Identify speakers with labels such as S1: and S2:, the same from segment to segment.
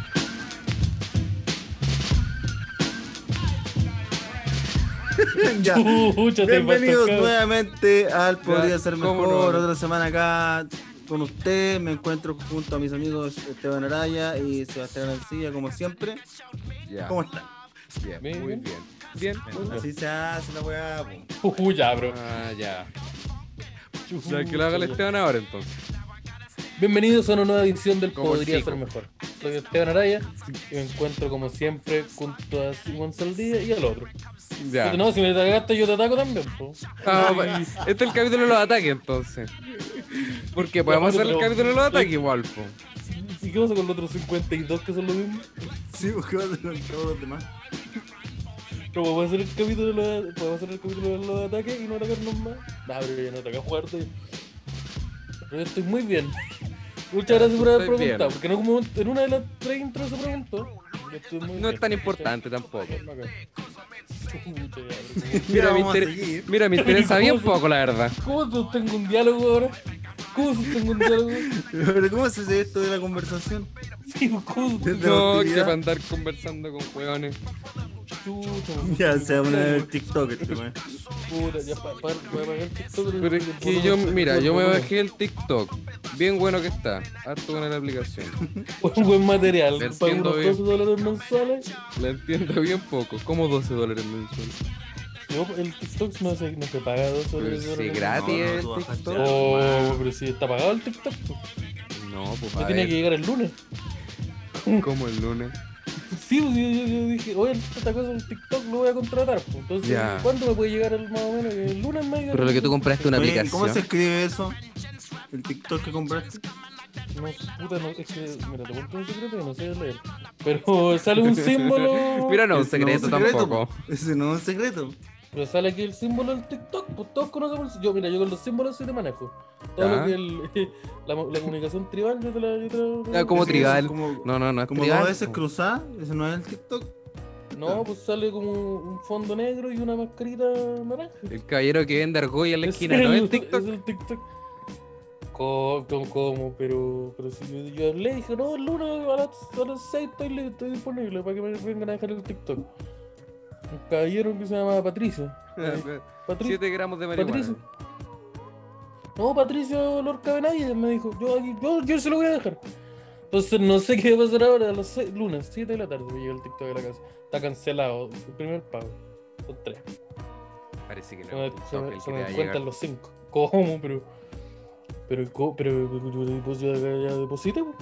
S1: Ya.
S2: Chucha, te
S1: Bienvenidos
S2: faltó, cabrón.
S1: nuevamente al Podría Ser
S3: ¿cómo
S1: Mejor,
S3: no?
S1: otra semana acá con usted. Me encuentro junto a mis amigos Esteban Araya y Sebastián Ancilla, como siempre.
S3: Ya,
S1: ¿Cómo están?
S3: bien,
S2: Bien,
S3: muy
S2: bien.
S3: bien. Bien.
S1: Así se hace la weá. po.
S2: Ujú, ya, bro.
S3: Ah, ya. O
S2: Chucha,
S3: Ah, sea, que lo haga el
S2: ya.
S3: Esteban ahora entonces.
S2: Bienvenidos a una nueva edición del
S3: Como el
S2: Podría
S3: pico.
S2: Ser Mejor. Soy Esteban Araya y me encuentro como siempre junto a Simón Saldía y al otro.
S3: Ya.
S2: No, si me atacaste yo te ataco también. po.
S3: Ah, va- este es el capítulo de los ataques entonces. Porque podemos
S2: Claro,
S3: hacer el
S2: pero-
S3: capítulo de los ataques igual, po.
S2: ¿Y qué pasa con los otros 52 que son los mismos?
S1: Sí, buscando con todos los demás.
S2: Pero podemos hacer el capítulo de los, podemos hacer el capítulo de los ataques y no atacarnos más. Nah, pero ya no atacas fuerte. Pero yo estoy muy bien. Muchas gracias por haber
S3: Estoy bien.
S2: preguntado, porque en, algún momento- en una de las tres intros se preguntó. Yo estoy muy
S3: No es
S2: bien.
S3: tan importante tampoco.
S2: Bacán. Chucha, ya, bro.
S3: Mira, me,
S1: vamos a
S3: inter-
S1: seguir.
S3: Mira, me interesa bien
S2: ¿Cómo?
S3: poco, la verdad.
S2: ¿Cómo sostengo un diálogo ahora? ¿Cómo sostengo un diálogo?
S1: Pero ¿cómo se hace esto de la conversación?
S2: Sí, ¿cómo sostengo?
S1: Desde
S3: No,
S1: la
S3: que
S1: hostilidad.
S3: para andar conversando con hueones.
S2: Chuta,
S1: Ya sea una de TikTok este weón.
S2: puta, ya pa- pa- voy a pagar el TikTok,
S3: Pero es
S2: el
S3: que
S2: volumen,
S3: yo,
S2: el
S3: mira, yo me
S2: volumen.
S3: bajé el TikTok. Bien bueno que está. Harto buena la aplicación.
S2: Un buen material.
S3: Te
S2: Pago
S3: entiendo
S2: unos
S3: bien.
S2: 12 dólares mensuales.
S3: La entiendo bien poco. Como 12 dólares mensuales.
S2: Yo, el TikTok no se, no se paga 12 dólares.
S3: Pero
S2: mensuales.
S3: si Pues gratis
S1: No, no,
S3: el
S1: tú bajaste
S3: TikTok.
S2: Oh, pero si está pagado el TikTok. pues.
S3: No, pues
S2: No
S3: a
S2: tiene que
S3: ver,
S2: llegar el lunes.
S3: como el lunes.
S2: Sí, pues, yo, yo- yo dije, oye, esta cosa del TikTok lo voy a contratar. pues. Entonces,
S3: Ya.
S2: ¿cuándo me puede llegar el más o menos? El lunes me llega
S3: Pero lo
S2: el-
S3: que tú compraste una
S1: Oye, ¿y ¿Cómo se
S3: aplicación.
S1: escribe eso? El TikTok que compraste.
S2: No, puta, no, es que, mira, te cuento un secreto que no sé leer. Pero sale un símbolo.
S3: Mira, no, un
S1: Ese no es
S3: secreto tampoco.
S1: po. Ese no es un secreto.
S2: Pero sale aquí el símbolo del TikTok. Pues todos conocemos. el- Yo, mira, yo con los símbolos sí te manejo. Todo
S3: Ya.
S2: lo que el, la, la comunicación tribal, yo te la. Yo te la-
S3: Ya, como
S1: Ese-
S3: tribal.
S1: Como,
S3: No, no, no. es
S1: como
S3: tribal,
S1: dos veces
S3: po.
S1: cruzada, ese no es el TikTok.
S2: No, pues sale como un fondo negro y una mascarita naranja.
S3: El caballero que vende argolla en la
S2: Es
S3: esquina, ¿no?
S2: el-
S3: El TikTok.
S2: Es el TikTok. Co- co- ¿Cómo? Pero, pero si yo, yo hablé y dije, no, el lunes a las, a las 6 estoy, li- estoy disponible para que me vengan a dejar el TikTok. Un caballero que se llama Patricio.
S3: Ah,
S2: Eh, Patricio.
S3: 7 gramos de marihuana.
S2: Patricio. No, Patricio Lorca Benavides me dijo, yo, aquí- yo, yo se lo voy a dejar. Entonces no sé qué va a pasar ahora, a las seis- lunes, 7 de la tarde me llega el TikTok de la casa. Está cancelado, el primer pago. Son tres.
S3: Parece que
S2: Se
S3: no.
S2: me,
S3: es
S2: se
S3: TikTok
S2: me-
S3: el
S2: se
S3: que
S2: me
S3: te va a
S2: descuentan
S3: llegar.
S2: los cinco. ¿Cómo? Pero. Pero, co- pero, pero yo, depos- yo ya deposité, po.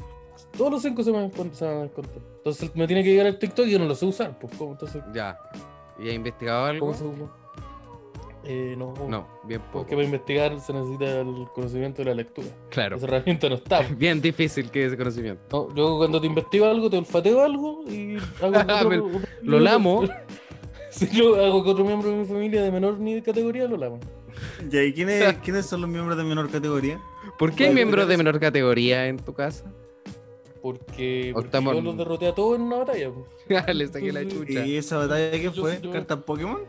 S2: Todos los cinco se me descuent- se me van a descontar. Entonces me tiene que llegar el TikTok y yo no lo sé usar, pues. ¿cómo? Entonces,
S3: Ya. ¿Y ha investigado
S2: ¿cómo
S3: algo?
S2: se usa? Eh, no.
S3: No,
S2: Porque
S3: bien poco.
S2: para investigar se necesita el conocimiento de la lectura.
S3: Claro.
S2: Esa herramienta no está. pues. po.
S3: Bien difícil que ese conocimiento.
S2: No, yo cuando te investigo algo, te olfateo algo y hago que
S3: Me-
S2: otro- otro-
S3: lo lamo.
S2: Si yo hago que otro miembro de mi familia de menor nivel categoría lo lamo.
S1: Ya, ¿y quién es- quiénes son los miembros de menor categoría?
S3: ¿Por qué hay
S1: Bueno,
S3: miembros
S1: pero-
S3: de menor categoría en tu casa?
S2: Porque, porque
S3: estamos
S2: yo
S3: en-
S2: los derroté a todos en una batalla. po.
S3: Ah, Le saqué la chucha.
S1: ¿Y Eh, esa batalla qué
S2: Yo-
S1: fue?
S2: yo-
S1: ¿Cartas Pokémon?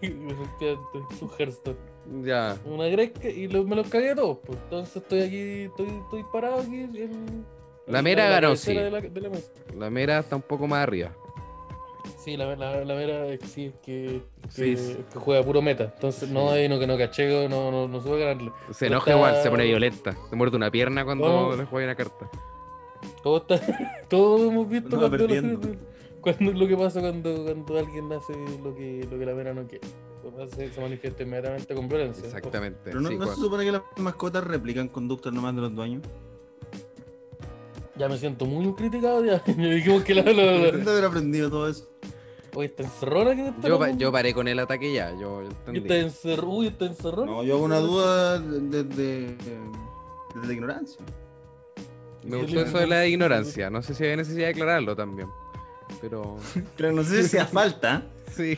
S2: me sentía ante- su Hearthstone.
S3: Ya.
S2: Una gresca y lo- me los cagué a todos. Pues. Entonces estoy aquí, estoy, estoy parado aquí. En,
S3: La
S2: en
S3: mera ganó,
S2: cabecera
S3: sí.
S2: De la, de la mesa.
S3: La mera está un poco más arriba.
S2: Sí, la, la, la mera eh, sí, es que, que,
S3: Sí, sí.
S2: que juega puro meta. Entonces, no,
S3: Sí.
S2: ahí no, que no cachego, no, no, no sube ganarle.
S3: Se
S2: Pero
S3: enoja
S2: está-
S3: igual, se pone violenta. Se muerde una pierna cuando
S2: No.
S3: le juega una carta.
S2: Todo está, todos hemos visto
S1: Uno va
S2: cuando,
S1: perdiendo.
S2: cuando- lo que pasa cuando, cuando alguien hace lo que, lo que la mera no quiere. Se, se manifiesta inmediatamente con violencia.
S3: Exactamente.
S1: Pero no,
S3: sí,
S1: ¿no se
S3: cua-
S1: supone que las mascotas replican conductas nomás de los dueños.
S2: Ya me siento muy criticado ya. Me dijimos que la, la- la-
S1: ¿Dónde haber aprendido todo eso?
S2: Oye, está encerrona que está.
S3: yo,
S2: loco.
S3: pa- yo paré con el ataque ya. Yo, yo
S2: Y Está
S3: entendí.
S2: encer... Uy, está encerrona.
S1: No, yo hago una duda desde, desde la ignorancia.
S3: Me gustó eso de la ignorancia. No sé si había necesidad de aclararlo también. Pero.
S1: Claro, no sé si hace falta.
S3: Sí.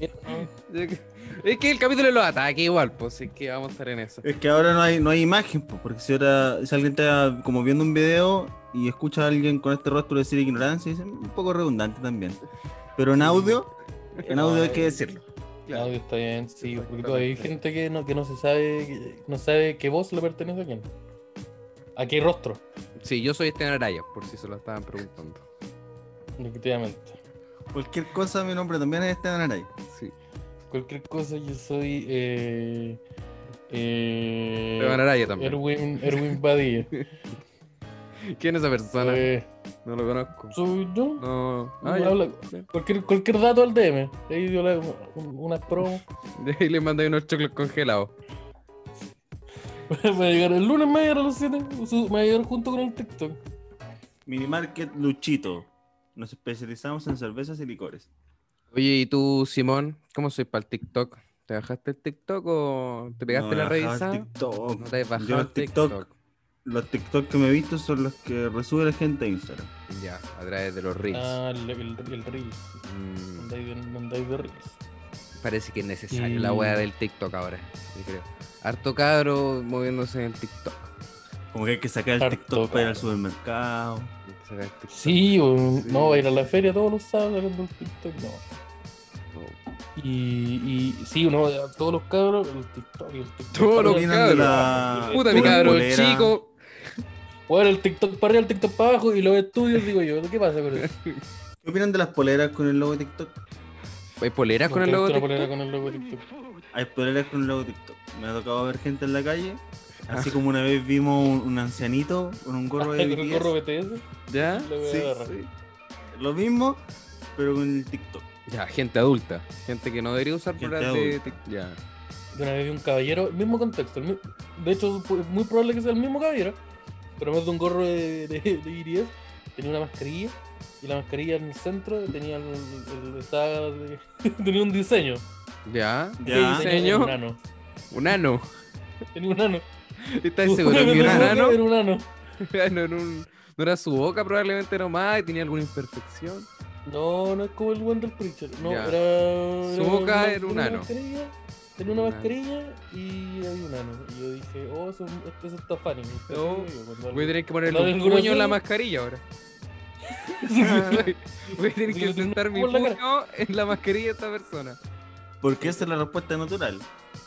S2: Mira,
S1: Ah,
S2: no.
S3: Yo que- Es que el capítulo de los ataques igual, pues sí que vamos a estar en eso.
S1: Es que ahora no hay, no hay imagen, po, porque si ahora si alguien está como viendo un video y escucha a alguien con este rostro decir ignorancia, es un poco redundante también. Pero en audio, en audio hay que decirlo.
S2: El audio está bien, sí, porque todavía hay gente que no, que no se sabe, que no sabe qué voz le pertenece a quién. A qué rostro,
S3: Sí, yo soy Esteban Araya, por si se lo estaban preguntando.
S2: efectivamente.
S1: Cualquier cosa, mi nombre también es Esteban Aray.
S3: Sí.
S2: Cualquier cosa, yo soy. Eh, eh,
S3: Esteban Araya también.
S2: Erwin, Erwin Badilla.
S3: ¿Quién es esa persona?
S2: Eh,
S3: No lo conozco.
S2: soy yo.
S3: No.
S2: No,
S3: Ah, ya.
S2: habla- cualquier, cualquier dato al DM. Ahí yo le hago un- unas promos.
S3: De ahí le mandé unos choclos congelados.
S2: me va a llegar el lunes, me va a llegar a las 7. Me va a llegar junto con el TikTok.
S1: Minimarket Luchito. Nos especializamos en cervezas y licores.
S3: Oye, ¿y tú, Simón? ¿Cómo soy para el TikTok? ¿Te bajaste el TikTok o te pegaste
S1: No me
S3: la
S1: bajaba el
S3: revisada?
S1: TikTok.
S3: No te
S1: Yo
S3: has bajado
S1: el
S3: el TikTok.
S1: TikTok. Los TikTok que me he visto son los que resube la gente a Instagram.
S3: Ya, a través de los reels.
S2: Ah, el, el, el Reels.
S3: Mm,
S2: Mandáis de- mandáis de Reels.
S3: parece que es necesario
S2: Y-
S3: la wea del TikTok ahora, yo creo. Harto cabro moviéndose en el TikTok.
S1: Como que hay que sacar el
S2: Harto,
S1: TikTok para ir al
S2: claro.
S1: supermercado.
S3: Hay que sacar el TikTok.
S2: Sí, o-
S3: Sí.
S2: no, va a ir a la feria todos los sábados sacando el TikTok, no.
S3: No.
S2: Y, y sí, uno, a todos los cabros, el TikTok, el TikTok.
S3: Todos
S2: para arriba.
S3: los
S1: Opinan de
S3: cabros.
S1: la-
S3: Puta,
S1: de
S3: mi
S1: la
S3: cabro
S1: polera.
S3: chico.
S2: Bueno, el TikTok para arriba, el TikTok para abajo y los estudios, digo yo, ¿qué pasa con eso?
S1: ¿Qué opinan de las poleras con el logo de TikTok?
S3: ¿Hay poleras con el
S2: Nunca
S3: logo?
S2: he visto una polera
S3: TikTok?
S2: con el logo de TikTok.
S1: Hay poleras con el logo de TikTok. Me ha tocado ver gente en la calle.
S3: Ah.
S1: Así como una vez vimos un, un ancianito con un gorro de
S2: Con el gorro
S1: BTS.
S2: BTS,
S3: ¿Ya?
S2: la wea
S1: Sí,
S2: de barra.
S1: sí. Lo mismo, pero con el TikTok.
S3: Ya, gente adulta. Gente que no debería usar
S1: Gente
S3: poleras de TikTok. Ya.
S2: Yo una vez vi un caballero, mismo contexto, el mi- de hecho es muy probable que sea el mismo caballero, pero en vez de un gorro de, de, de BTS, tenía una mascarilla y la mascarilla en el centro tenía, el- el- estaba- tenía un diseño.
S3: ¿Ya?
S1: Ya.
S2: Sí,
S3: Sí.
S2: tenía-
S3: Diseño.
S2: era Un ano.
S3: Un ano.
S2: Tenía un ano.
S3: ¿Estás seguro que
S1: Era
S3: era un ano?
S2: Era un ano.
S3: No, era un- no era su boca probablemente nomás y tenía alguna imperfección.
S2: No, no es como el Wonder Preacher. No,
S3: Ya.
S2: era.
S3: Su boca era un
S2: una
S3: ano.
S2: mascarilla, Tenía una
S3: Un ano.
S2: mascarilla y había un ano. Y yo dije, oh, eso, esto es está funny.
S3: No, Voy a
S2: Voy
S3: tener que ponerle un
S2: ¿Alguna
S3: puño en la
S2: duda?
S3: mascarilla ahora. Ah, Voy a tener
S2: Sí,
S3: que
S2: lo tengo
S3: sentar mi
S2: en la cara.
S3: puño en la mascarilla de esta persona.
S1: Porque esa es la respuesta natural.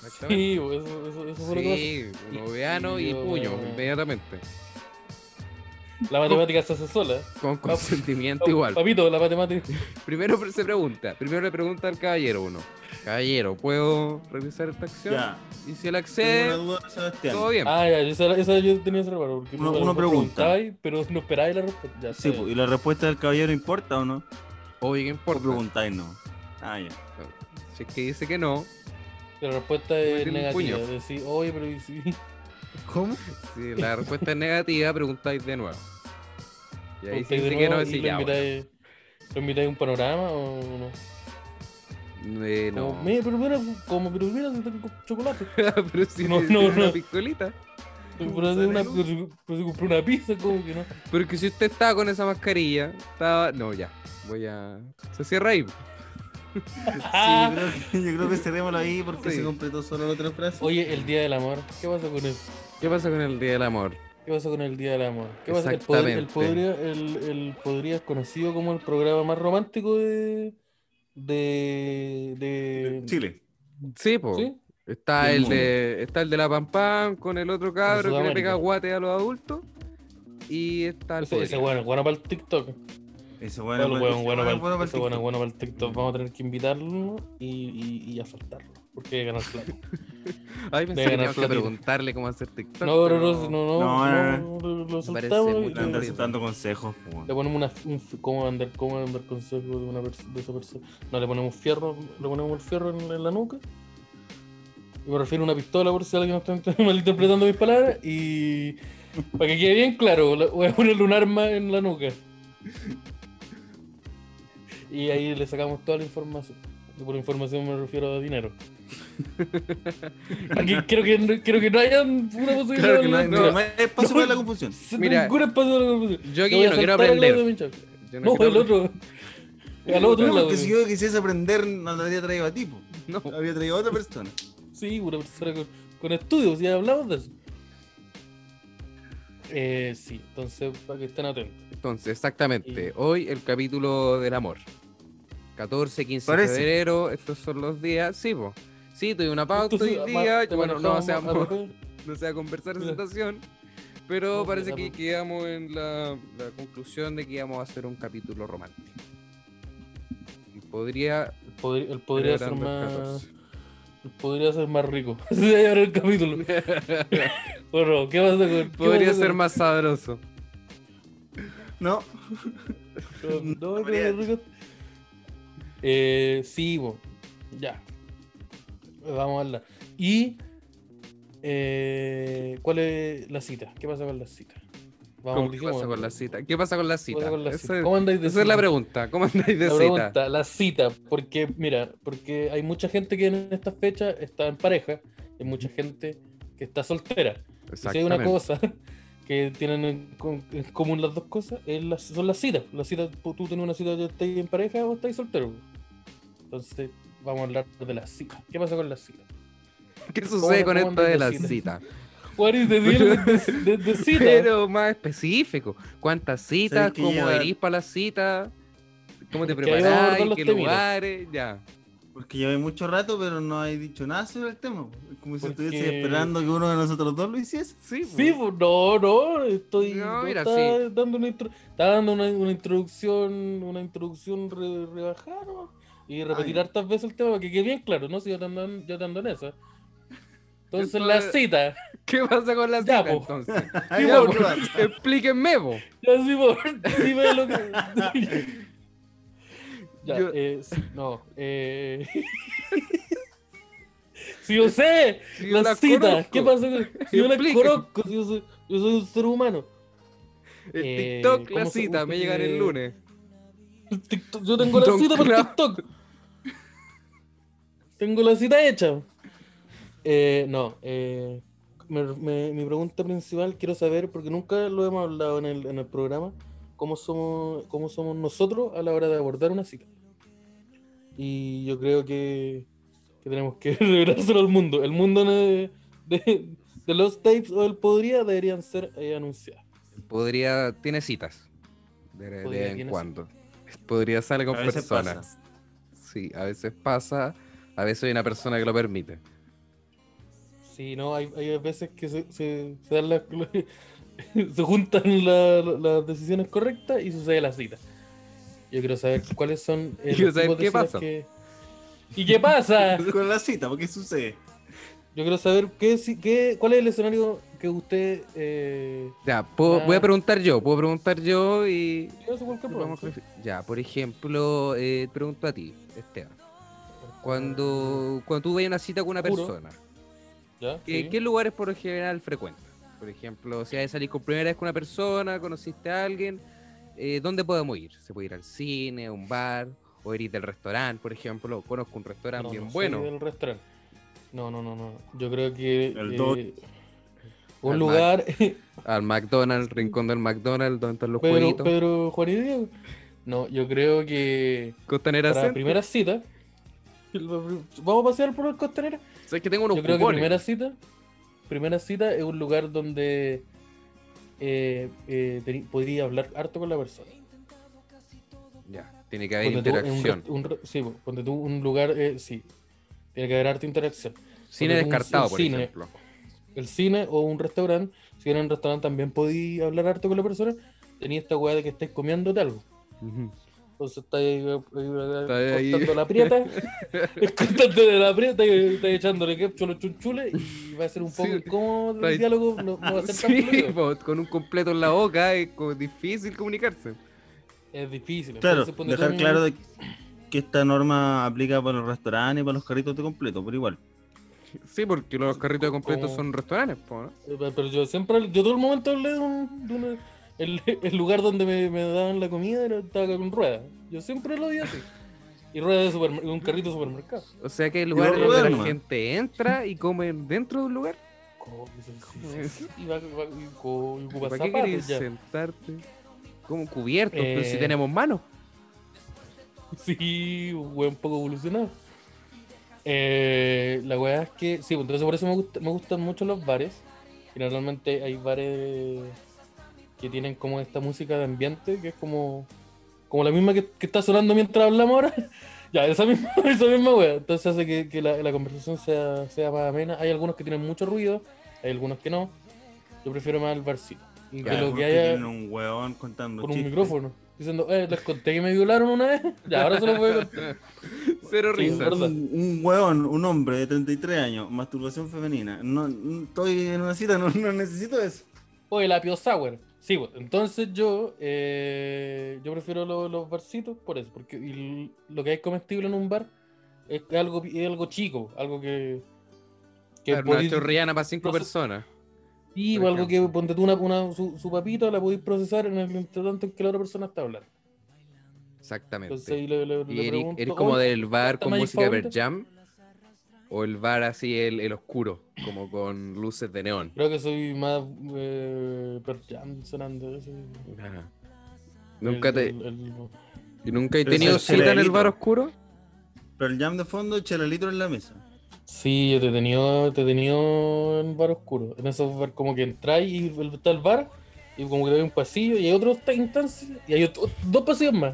S3: Exactamente.
S2: Sí, bo, eso, eso, eso fue lo que
S3: Sí, un oveano y
S2: yo-
S3: puño inmediatamente.
S2: pasó. La matemática se hace sola.
S3: Con consentimiento
S2: Pa-
S3: igual.
S2: Papito, la matemática.
S3: Primero se pregunta, primero le pregunta al caballero uno. Caballero, ¿puedo revisar esta acción?
S1: Ya.
S3: Y si él
S1: Tengo
S3: accede,
S1: una duda, Sebastián.
S3: todo bien.
S2: Ah, ya, esa, esa yo tenía esa raro. Porque
S1: Uno-
S2: a lo
S1: uno
S2: mejor
S1: pregunta.
S2: preguntabais, Pero no esperáis la respuesta. Ya,
S1: Sí, pues.
S2: está
S1: po,
S2: bien.
S1: ¿y la respuesta del caballero importa o no?
S3: Oye, ¿qué
S1: Por
S3: importa?
S1: preguntáis, no. Ah, ya.
S3: Si es que dice que no,
S2: La respuesta
S3: Voy a
S2: es
S3: tener un puño.
S2: negativa. Decís, oye, pero y si.
S1: ¿Cómo?
S3: si la respuesta es negativa, preguntáis de nuevo. Y ahí sí
S2: Preguntáis de
S3: dice que no,
S2: nuevo y
S3: decís
S2: lo
S3: ya. bueno.
S2: invitáis- ¿Lo invitáis a un panorama o no?
S3: Eh,
S2: Como,
S3: no.
S2: mira, pero mira, como, pero mira, si tengo chocolate.
S3: Pero si
S2: No,
S3: no,
S2: no,
S3: una
S2: no.
S3: picolita.
S2: Pero hace una, pero si- pero si compré una pizza, como que no.
S3: Pero que si usted estaba con esa mascarilla, estaba. No, ya. Voy a. Se cierra ahí.
S2: Ah.
S1: Sí, yo creo que, yo creo que cerrémoslo ahí porque
S3: Sí.
S1: se completó solo la otra frase.
S2: Oye, el día del amor. ¿Qué pasa con eso?
S3: ¿Qué pasa con el Día del Amor?
S2: ¿Qué pasa con el día del amor? ¿Qué pasa? El, pod- el,
S3: Exactamente.
S2: podría, el, el podría es conocido como el programa más romántico de. de. de.
S1: Chile.
S3: Sí, po.
S2: ¿Sí?
S3: Está
S1: Del
S3: el
S1: mundo.
S3: de. Está el de la Pam Pam con el otro cabro que le
S2: Sudamérica.
S3: pega guate a los adultos. Y está el
S2: Ese, ese
S3: podrido.
S2: bueno, es bueno para el TikTok.
S1: Ese bueno,
S2: Bueno, el
S1: para-
S2: weón,
S1: ese
S2: bueno,
S1: bueno,
S2: para el,
S1: bueno para el
S2: ese weón es
S1: TikTok.
S2: bueno para el TikTok. Vamos a tener que invitarlo y, y, y asaltarlo. Porque hay que ganar plata.
S3: Ay,
S2: de
S3: pensé que
S2: ganar
S3: teníamos que
S2: platito.
S3: preguntarle cómo hacer TikTok.
S2: No, no,
S3: pero
S2: no, no, no, no, no, lo
S3: parece
S2: soltamos
S3: muy
S2: y
S1: No andarse
S3: Bueno.
S1: dando consejos. po, weón.
S2: le ponemos una, un, f- cómo andar, cómo andar consejo de una pers- de esa persona. No, le ponemos fierro, le ponemos el fierro en, en la nuca. Y me refiero a una pistola por si alguien no está malinterpretando mis palabras. Y para que quede bien claro, le- voy a ponerle un arma en la nuca. Y ahí le sacamos toda la información. Y por información me refiero a dinero. Aquí quiero que, no- quiero que no haya una posibilidad
S3: Claro que
S1: No,
S2: de-
S3: no
S1: hay- no,
S3: Mira.
S1: no hay espacio
S2: No.
S1: para la confusión.
S3: Mira,
S2: Mira, ningún espacio de confusión.
S3: Yo aquí
S2: Te voy
S3: yo
S2: a
S3: no quiero
S2: saltar a Claudio
S3: aprender.
S2: Minchak.
S3: Yo
S2: No,
S3: quiero
S2: el otro. Al otro
S1: No,
S2: lado.
S1: porque si yo quisiese aprender, no lo habría traído a ti. po.
S3: No,
S1: Habría traído a otra persona.
S2: Sí, una persona con, con estudios, ya hablamos de eso. Eh, sí, entonces para que estén atentos.
S3: entonces, exactamente.
S2: Y-
S3: Hoy el capítulo del amor. 14, 15
S1: Parece.
S3: de febrero, estos son los días. Sí, po. Sí, tuve una pauta
S2: Entonces,
S3: hoy
S2: ama-
S3: día.
S2: te
S3: Bueno, no
S2: manejamos a
S3: hacemos,
S2: tope.
S3: no se va a conversar esa
S2: Mira.
S3: situación. Pero
S2: No,
S3: parece
S2: mira,
S3: que
S2: po.
S3: quedamos en la, la conclusión de que íbamos a hacer un capítulo romántico. Podría.
S2: Podría, él podría ser
S3: Grande
S2: más.
S3: 14.
S2: él Podría ser más rico. Así se va a llamar el capítulo. Bueno, ¿qué pasa con qué
S3: Podría
S2: pasa
S3: ser
S2: con-
S3: más sabroso.
S1: No,
S2: No, no,
S1: Podría.
S2: no, no. Eh, sí, bo. ya. Vamos a hablar. ¿Y eh, cuál es la cita? ¿Qué pasa con la cita? Vamos,
S3: ¿Cómo- ¿Qué
S2: dijimos,
S3: pasa con
S2: ¿no?
S3: la cita? ¿Qué pasa con la
S2: ¿Qué
S3: cita?
S2: pasa con la
S3: Esa-
S2: cita? ¿Cómo andáis de
S3: Esa es la
S2: cita?
S3: pregunta. ¿Cómo andáis
S2: La
S3: de cita?
S2: pregunta, la cita, porque mira, porque hay mucha gente que en esta fecha está en pareja, y mucha gente que está soltera. Si hay una
S3: Exactamente.
S2: cosa que tienen en, com- en común las dos cosas, es las- son las citas. Las citas, pu- tú tienes una cita ya estáis en pareja o estáis soltero. Entonces, vamos a hablar de las citas. ¿Qué pasa con las citas?
S3: ¿Qué sucede con
S2: ¿Cómo
S3: esto de
S2: andáis de
S3: la
S2: cita?
S3: cita?
S2: What is the deal with this- the- the cita?
S3: Pero más específico. ¿Cuántas citas?
S1: ¿Sabes que
S3: ¿Cómo
S1: lleva-
S3: erís para las citas? ¿Cómo te
S2: Es que ahí vamos a abordar
S3: preparás? ¿En
S2: los
S3: qué
S2: temitas.
S3: lugares? Ya.
S1: porque llevé mucho rato, pero no he dicho nada sobre el tema. Es como si
S2: Porque-
S1: estuviese esperando que uno de nosotros dos lo hiciese.
S3: Sí,
S2: Sí, pues, no, no, estoy
S3: No,
S2: no,
S3: mira,
S2: está
S3: sí.
S2: dando una, intro- está dando una, una introducción, una introducción re- rebajada nomás, y repetir
S1: ya.
S2: hartas veces el tema para que quede bien claro, ¿no? Si yo te ando, en- yo te ando en esa. Entonces la
S3: Entonces-
S2: cita,
S3: ¿Qué pasa con la
S2: Ya,
S3: cita
S2: po.
S3: entonces?
S1: Ay,
S2: bueno.
S1: ¿qué pasa?
S3: Explíquenme, vos.
S2: ya sí, por, dime lo que. ya,
S3: Yo-
S2: eh, sí, no, eh. si yo sé, las citas, ¿qué pasa? con- Si yo las
S3: Explica.
S2: conozco, si yo soy, yo soy un ser humano.
S3: El
S2: Eh,
S3: TikTok, la
S2: ¿cómo se-
S3: cita, me llegan el
S2: eh,
S3: lunes.
S2: El TikTok- Yo tengo la
S3: Don
S2: cita por
S3: Claudio.
S2: TikTok. Tengo la cita hecha. Eh, no, eh, me- me- mi pregunta principal quiero saber, porque nunca lo hemos hablado en el, en el programa, cómo somos, cómo somos nosotros a la hora de abordar una cita. Y yo creo que, que tenemos que revelárselo al mundo. El mundo no- de, de los tapes o el podría deberían ser eh, anunciadas.
S3: Podría, tiene citas. De, de
S2: Podría,
S3: vez en
S2: tiene
S3: cuando. Podría salir con
S1: A veces
S3: personas.
S1: pasa.
S3: Sí, a veces pasa. A veces hay una persona que lo permite.
S2: Sí, no, hay, hay veces que se, se, se dan las, se juntan la- las decisiones correctas y sucede la cita. Yo quiero saber cuáles son eh,
S3: Quiero
S2: los tipos de
S3: saber qué
S2: citas
S3: pasa.
S2: que- ¿Y qué pasa? Yo
S1: Con la cita, ¿por qué sucede?
S2: quiero saber qué, ci- qué, cuál es el escenario que usted... Eh,
S3: Ya, puedo- voy a
S2: Ah.
S3: preguntar yo. Puedo preguntar yo y.
S2: yo sé cuál que
S3: lo
S2: puedo,
S3: vamos
S2: sí.
S3: clasific- Ya, por ejemplo, eh, te pregunto a ti, Esteban. Cuando, cuando tú vas a una cita con una
S2: Juro.
S3: persona,
S2: ¿Ya?
S3: ¿qué,
S2: sí.
S3: qué lugares por lo general frecuentas? Por ejemplo, si hay que salir con primera vez con una persona, conociste a alguien, eh, ¿dónde podemos ir? ¿Se puede ir al cine, a un bar? ¿O ir del restaurante, por ejemplo? Conozco un restaurante
S2: No,
S3: bien
S2: no soy
S3: bueno.
S2: del restaurante. No, no, no, no. Yo creo que...
S1: El
S2: eh,
S1: dot.
S2: un
S3: Al
S2: lugar...
S3: Al McDonald's, rincón del McDonald's, donde están los
S2: Pedro,
S3: jueguitos.
S2: Pedro Juan y Diego. No, yo creo que...
S3: Costanera
S2: Para la
S3: Center.
S2: primera cita. Vamos a pasear por el costanera.
S3: ¿Sabes que tengo unos
S2: Yo creo que
S3: cupones?
S2: primera cita. Primera cita es un lugar donde eh, eh, teni- podría hablar harto con la persona.
S3: Ya, tiene que haber
S2: Ponte tú en un
S3: interacción.
S2: rest- un re- sí, po, ponte tú un lugar, eh, sí. Tiene que haber harta interacción.
S3: Cine
S2: ponte tú un-
S3: descartado,
S2: un
S3: por
S2: cine.
S3: ejemplo.
S2: El cine o un restaurante. Si en un restaurante también podía hablar harto con la persona, tenía esta weá de que estáis comiéndote algo.
S3: Ujú.
S2: Entonces está ahí, eh,
S3: Está ahí.
S2: eh, cortando la prieta, cortando la prieta y está echándole ketchup a los chunchules y va a ser un poco
S3: Sí.
S2: incómodo
S3: Está ahí.
S2: el diálogo, no, no va a ser tan
S3: Sí,
S2: fluido.
S3: po, con un completo en la boca es como difícil comunicarse.
S2: Es difícil.
S1: Claro,
S2: entonces ponte
S1: dejar
S2: tú-
S1: claro de que esta norma aplica para los restaurantes y para los carritos de completo, por igual.
S3: Sí, porque los carritos de completo
S2: Como-
S3: son restaurantes, po, ¿no?
S2: Eh, Pero yo siempre, yo todo el momento hablé de un... de una- el, el lugar donde me, me daban la comida era, estaba con ruedas. Yo siempre lo vi así. Y ruedas de supermer- un carrito de supermercado.
S3: O sea que hay
S1: los
S3: lugares donde la
S1: duerman.
S3: gente entra y come dentro de un lugar.
S2: Co- Y, va, y, va, y, co- y ocupa
S3: ¿Para qué
S2: zapatos
S3: querés
S2: ya.
S3: sentarte? Como cubierto, pero si
S2: Eh.
S3: tenemos manos.
S2: Sí, un weón poco evolucionado. Eh, la weá es que, sí, pues, entonces por eso me, gusta- me gustan mucho los bares. Y normalmente hay bares que tienen como esta música de ambiente, que es como, como la misma que, que está sonando mientras hablamos ahora. ya, esa misma, esa misma weá. Entonces hace que, que la, la conversación sea, sea más amena. Hay algunos que tienen mucho ruido, hay algunos que no. Yo prefiero más el barcito. de
S3: Ya,
S2: lo
S1: porque
S2: que haya
S1: tienen un hueón contando
S2: con un
S1: chistes.
S2: micrófono. Diciendo, eh, les conté que me violaron una vez. Y ahora se los voy a contar.
S3: Cero
S2: Sí,
S3: risas.
S2: es verdad.
S1: Un, un hueón, un hombre de 33 años, masturbación femenina. No, no- estoy en una cita, no, no necesito eso.
S2: Oye, la Pio Sour. Sí, pues, entonces yo, eh, yo prefiero lo- los barcitos por eso, porque y lo que hay comestible en un bar es algo, es algo chico, algo que... que
S3: Claro, una
S2: podéis-
S3: chorriana para cinco
S2: no sé-
S3: personas.
S2: Sí,
S3: por
S2: o algo que
S3: ejemplo.
S2: ponte tú una, una- su, su papita, la podéis procesar en el entretanto en que la otra persona está hablando.
S3: Exactamente.
S2: Entonces ahí le, le- le
S3: Y eres,
S2: pregunto,
S3: eres como
S2: "Oye,
S3: del
S2: ¿cuánta
S3: bar con
S2: Magic
S3: música de
S2: favorita?
S3: Jam. O el bar así, el, el oscuro, como con luces de neón.
S2: Creo que soy más eh, Pearl Jam sonando. ese-
S3: Ajá. Nunca
S2: el-
S3: te,
S2: el- el-
S3: ¿Y nunca he
S1: Pero
S3: tenido
S1: ese es
S3: cita en el
S1: Cerealito.
S3: bar oscuro?
S1: Pero el jam de fondo, chelalito en la mesa.
S2: Sí, yo te he tenido, te he tenido en bar oscuro. En esos bar como que entráis y el- está el bar, y como que hay un pasillo, y hay otros tres instancias, y hay otro- dos pasillos más.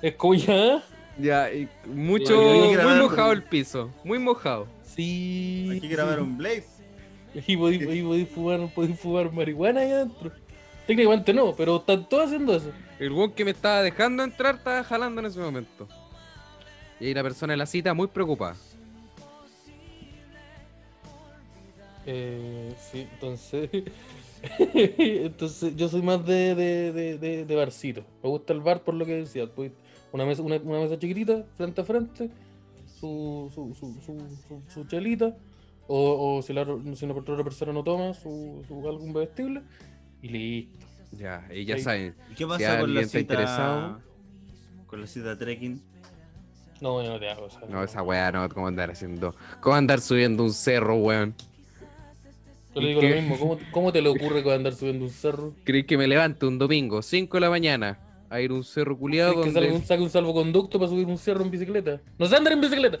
S2: Es como ya.
S3: Ya, y mucho,
S2: Yo
S1: creo que
S3: muy
S1: grabar-
S3: mojado el piso, muy mojado.
S2: Sí.
S1: Aquí grabaron Blaze.
S2: Y podéis y podéis fumar, podéis fumar marihuana ahí adentro. Técnicamente no, pero están todos haciendo eso.
S3: El weón que me estaba dejando entrar estaba jalando en ese momento. Y ahí la persona en la cita muy preocupada.
S2: Eh, sí, entonces. entonces, yo soy más de, de, de, de- de barcito. Me gusta el bar por lo que decía. pues, Una mesa, una, una mesa chiquitita, frente a frente, su, su, su, su, su- su chelita, o, o si, la, otra- si una otra persona no toma, su, su algo bebestible, y listo.
S3: Ya, y ya
S2: Sí.
S3: saben.
S1: ¿Y qué pasa con
S3: alguien
S1: la
S3: está
S1: cita?
S3: interesado.
S1: Con la cita trekking.
S2: No, yo no te hago. o sea,
S3: No, esa weá no, ¿cómo andar haciendo? ¿Cómo andar subiendo un cerro, weón?
S2: Yo le digo
S3: ¿y
S2: lo
S3: qué?
S2: mismo. ¿Cómo, cómo te le ocurre que vas a andar subiendo un cerro?
S3: ¿Crees que me levante un domingo, 5 de la mañana, a ir a un cerro culiado
S2: ¿Crees que salga un-
S3: donde,
S2: saque un salvoconducto para subir un cerro en bicicleta? ¡No sé andar en bicicleta!